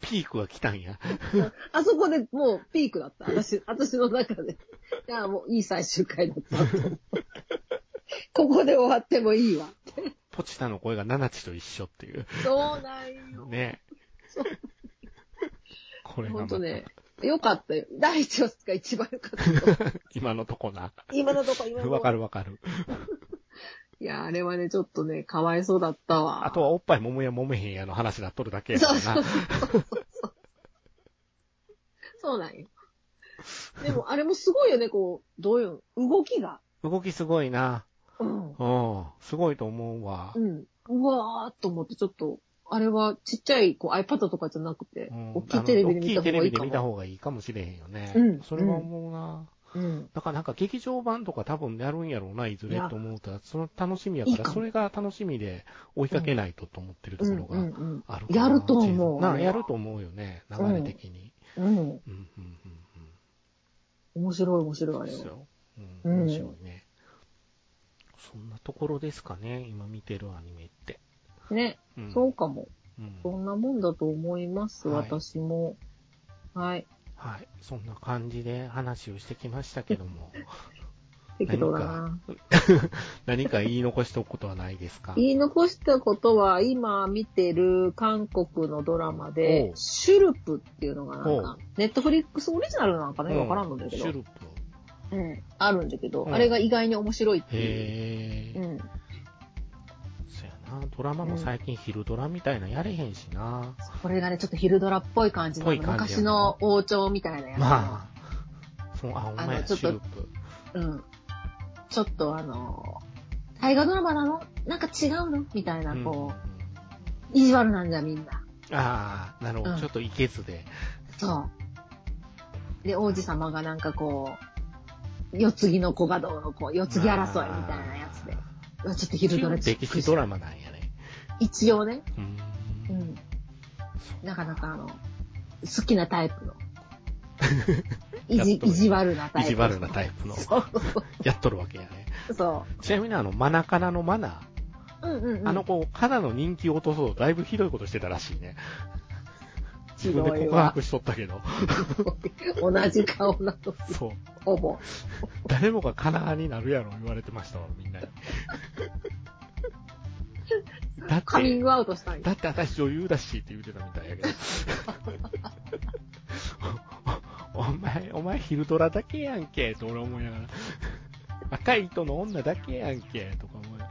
Speaker 1: ピークは来たんや。
Speaker 2: あそこでもうピークだった。私、私の中で。いや、もういい最終回だったと思う。 ここで終わってもいいわ。
Speaker 1: ポチタの声がナナチと一緒っていう。
Speaker 2: そうなんよ。
Speaker 1: ね。これが
Speaker 2: ほ
Speaker 1: ま
Speaker 2: ん
Speaker 1: た
Speaker 2: とね、よかったよ。第一話が一番よかったと思う。
Speaker 1: 今のとこな。
Speaker 2: 今のとこ、今のとこ。
Speaker 1: わかるわかる。
Speaker 2: いや、あれはね、ちょっとね、かわいそうだったわ。
Speaker 1: あとはおっぱい揉むや揉めへんやの話なっとるだけやから
Speaker 2: そう
Speaker 1: な。
Speaker 2: そうなんよ。でも、あれもすごいよね、こう、どういうの動きが。
Speaker 1: 動きすごいな。
Speaker 2: うん。
Speaker 1: うん。すごいと思うわ
Speaker 2: う。ん。うわーっと思って、ちょっと、あれはちっちゃいこう iPad とかじゃなくて、
Speaker 1: うん
Speaker 2: 大きいテレビで見た
Speaker 1: あの大きいテ
Speaker 2: 方
Speaker 1: レ
Speaker 2: がい
Speaker 1: ビ
Speaker 2: い
Speaker 1: で
Speaker 2: か
Speaker 1: 見た
Speaker 2: も。
Speaker 1: 方がいいかもしれへんよね。
Speaker 2: うん
Speaker 1: それは思うな。
Speaker 2: うん。
Speaker 1: だからなんか劇場版とか多分やるんやろうな、いずれと思うと、その楽しみや
Speaker 2: い
Speaker 1: か
Speaker 2: い
Speaker 1: ら、
Speaker 2: かも
Speaker 1: それが楽しみで追いかけないとと思ってると
Speaker 2: う
Speaker 1: こ
Speaker 2: ん
Speaker 1: ろ
Speaker 2: う
Speaker 1: が
Speaker 2: ん
Speaker 1: ある
Speaker 2: うん。
Speaker 1: かな
Speaker 2: やると思う。
Speaker 1: なあ、やる
Speaker 2: と。
Speaker 1: と思うよね、流れ的に。
Speaker 2: うん。
Speaker 1: うん、うん、うん。
Speaker 2: 面白い面白いあ
Speaker 1: うん
Speaker 2: れ
Speaker 1: そ
Speaker 2: は
Speaker 1: うです。よ。
Speaker 2: う
Speaker 1: う、
Speaker 2: んん
Speaker 1: 面白いね。そんなところですかね、今見てるアニメって。
Speaker 2: ね、
Speaker 1: うん、
Speaker 2: そうかも。
Speaker 1: うん
Speaker 2: そんなもんだと思います、
Speaker 1: はい
Speaker 2: 私も。はい。
Speaker 1: はい。そんな感じで話をしてきましたけども、
Speaker 2: 適当だな。
Speaker 1: 何か言い残しておくことはないですか
Speaker 2: 言い残したことは、今見てる韓国のドラマ
Speaker 1: お
Speaker 2: で
Speaker 1: う、
Speaker 2: シュルプっていうのがなん
Speaker 1: おう
Speaker 2: か、ネットフリックスオリジナルなんかね、わからんのだけ
Speaker 1: シュ
Speaker 2: ど、
Speaker 1: ルプ。
Speaker 2: うん、あるんだけど
Speaker 1: う、ん
Speaker 2: あれが意外に面白いっていう。
Speaker 1: へ
Speaker 2: う
Speaker 1: え。
Speaker 2: ん、
Speaker 1: そやな。ドラマも最近昼ドラみたいなやれへんしな。
Speaker 2: これがね、ちょっと昼ドラっぽい感じの、
Speaker 1: ぽい感じや
Speaker 2: 昔
Speaker 1: な
Speaker 2: の王朝みたいなやつ。
Speaker 1: まあ、その、あ、お
Speaker 2: あ
Speaker 1: 前
Speaker 2: の
Speaker 1: や、
Speaker 2: ち
Speaker 1: シ
Speaker 2: ょっと
Speaker 1: ュルプ。
Speaker 2: うん。ちょっとあの、大河ドラマなのなんか違うのみたいな、
Speaker 1: うん
Speaker 2: こう、意地悪なんだみんな。
Speaker 1: ああ、なるほど。
Speaker 2: うん
Speaker 1: ちょっといけずで。
Speaker 2: そう。で、王子様がなんかこう、世継ぎの子がどうのこう、世継ぎ争いみたいなやつで。うわちょっと昼ドラチッ
Speaker 1: 歴
Speaker 2: ク
Speaker 1: 史ドラマなんやね。
Speaker 2: 一応ね。
Speaker 1: うーん
Speaker 2: うん。なかなかあの、好きなタイプ の。意地
Speaker 1: やっと
Speaker 2: 意
Speaker 1: ね
Speaker 2: 地悪なタイ
Speaker 1: 意
Speaker 2: プ。
Speaker 1: 地悪なタイプの、
Speaker 2: そう。
Speaker 1: やっとるわけやね。
Speaker 2: そ
Speaker 1: ちなみにあの、マナカナのマナ、
Speaker 2: う。うんうんうん。
Speaker 1: あの子、カナの人気を落とそうとだいぶひどいことしてたらしいね。
Speaker 2: ひ
Speaker 1: 自
Speaker 2: どい
Speaker 1: 分
Speaker 2: わ
Speaker 1: で告白しとったけど、
Speaker 2: 同じ顔なの、
Speaker 1: そう。
Speaker 2: ほぼ。
Speaker 1: 誰もがカナになるやろ言われてましたわ、みんなに。だっ
Speaker 2: カミン
Speaker 1: て、
Speaker 2: グアウトしたんよ
Speaker 1: だって私女優だしって言うてたみたいやけど。おおお前、お前昼ドラだけやんけ、と俺思いながら。赤い糸の女だけやんけ、とか思いながら。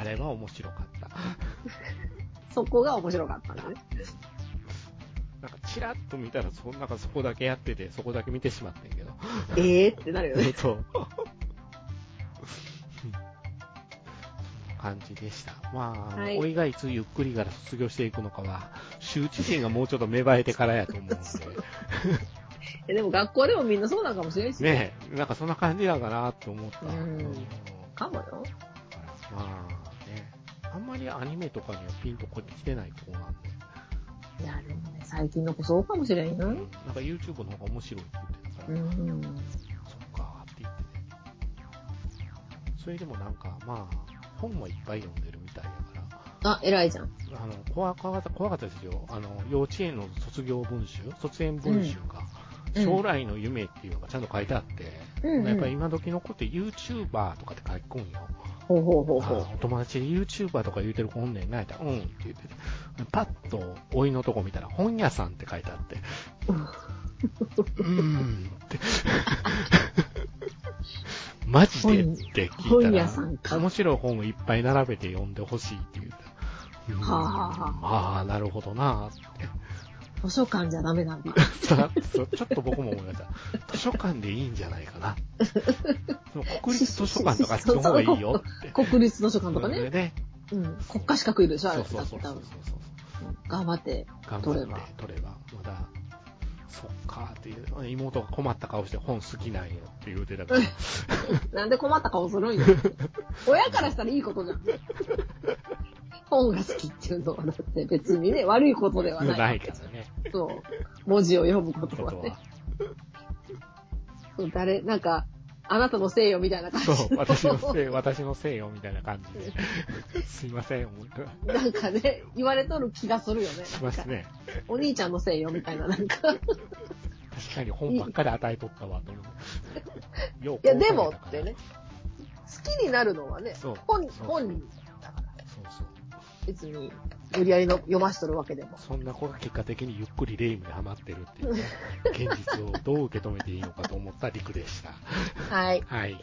Speaker 1: あれは面白かった。
Speaker 2: そこが面白かったんだね。
Speaker 1: なんかチラッと見たらそ、なんかそこだけやってて、そこだけ見てしまってんけど。
Speaker 2: ええってなるよね。
Speaker 1: そう。感じでした。まああの、
Speaker 2: はい
Speaker 1: お以外いつゆっくりから卒業していくのかは、羞恥心がもうちょっと芽生えてからやと思うんで、
Speaker 2: えでも学校でもみんなそうなんかもしれんし。
Speaker 1: ねえ、なんかそんな感じなんかなって思った。
Speaker 2: うんかもよ。
Speaker 1: まあね、あんまりアニメとかにはピンとこってきてないとこなんで、
Speaker 2: いや、でもね、最近の子そうかもしれんよ。
Speaker 1: うんなんか YouTube の方が面白いって言ってたか
Speaker 2: う
Speaker 1: ら、
Speaker 2: ん。
Speaker 1: そっかーって言ってて。それでもなんか、まあ、本もいっぱい読んでるみたいだか
Speaker 2: あ、偉いじゃん。
Speaker 1: ら、あの、怖怖かった、怖かったですよ。あの、幼稚園の卒業文集、卒園文集が、
Speaker 2: うん
Speaker 1: 将来の夢っていうのがちゃんと書いてあって、
Speaker 2: うんうん
Speaker 1: やっぱり今時の子って YouTuber とかって書き込むよ。
Speaker 2: ほうほうほう
Speaker 1: あ
Speaker 2: ほう。
Speaker 1: お友達で YouTuber とか言うてる子おんねんな、やったら、うんって言ってて、パッと、おいのとこ見たら、本屋さんって書いてあって、うーんって。マジでって聞いた
Speaker 2: 本屋さん
Speaker 1: ら、
Speaker 2: か
Speaker 1: 面白い本をいっぱい並べて読んでほしいって言うた。うーん
Speaker 2: はあはあは
Speaker 1: まあ、なるほどなって。
Speaker 2: 図書館じゃダメなんだ。
Speaker 1: さそうちょっと僕も思いました。図書館でいいんじゃない かな。でも国立図書館とかあっちの方がいいよって。
Speaker 2: 国立図書館とかね。
Speaker 1: ね。
Speaker 2: うん。国家資格いるでし
Speaker 1: そ
Speaker 2: ょ、
Speaker 1: う
Speaker 2: あれ。
Speaker 1: そうそうそ
Speaker 2: だっ
Speaker 1: うそう
Speaker 2: て
Speaker 1: そう。
Speaker 2: 多分頑張って
Speaker 1: 頑張っ
Speaker 2: 取
Speaker 1: て
Speaker 2: れば。
Speaker 1: 取れば、まだ、そっかーっていう、妹が困った顔して本好きなんよって言うてたから、
Speaker 2: なんで困った顔するんよ。親からしたらいいことじゃん。本が好きっていうのは、だって別にね、悪いことではない。
Speaker 1: ないからね。
Speaker 2: そう。文字を読むこ
Speaker 1: こと
Speaker 2: は
Speaker 1: と
Speaker 2: ね
Speaker 1: は。。
Speaker 2: そう誰、なんか、あなたのせいよみたいな感じ
Speaker 1: そ
Speaker 2: の。
Speaker 1: う、私の せい、私のせいよ、みたいな感じで。すいません、思い
Speaker 2: なんかね、言われとる気がするよね。
Speaker 1: しますね。
Speaker 2: お兄ちゃんのせいよみたいな、なん か。
Speaker 1: 確かに本ばっかり与えとったわ、と思う。よう
Speaker 2: いや、でも
Speaker 1: こう考えたか
Speaker 2: っ
Speaker 1: ら
Speaker 2: てね。。好きになるのはね
Speaker 1: そう、
Speaker 2: 本、
Speaker 1: そう
Speaker 2: 本人だから。
Speaker 1: そうそう。
Speaker 2: 別に、無理やりの読ましとるわけでも。
Speaker 1: そんな子が結果的にゆっくりレイムにハマってるっていうね、現実をどう受け止めていいのかと思った陸でした。
Speaker 2: はい。
Speaker 1: はい。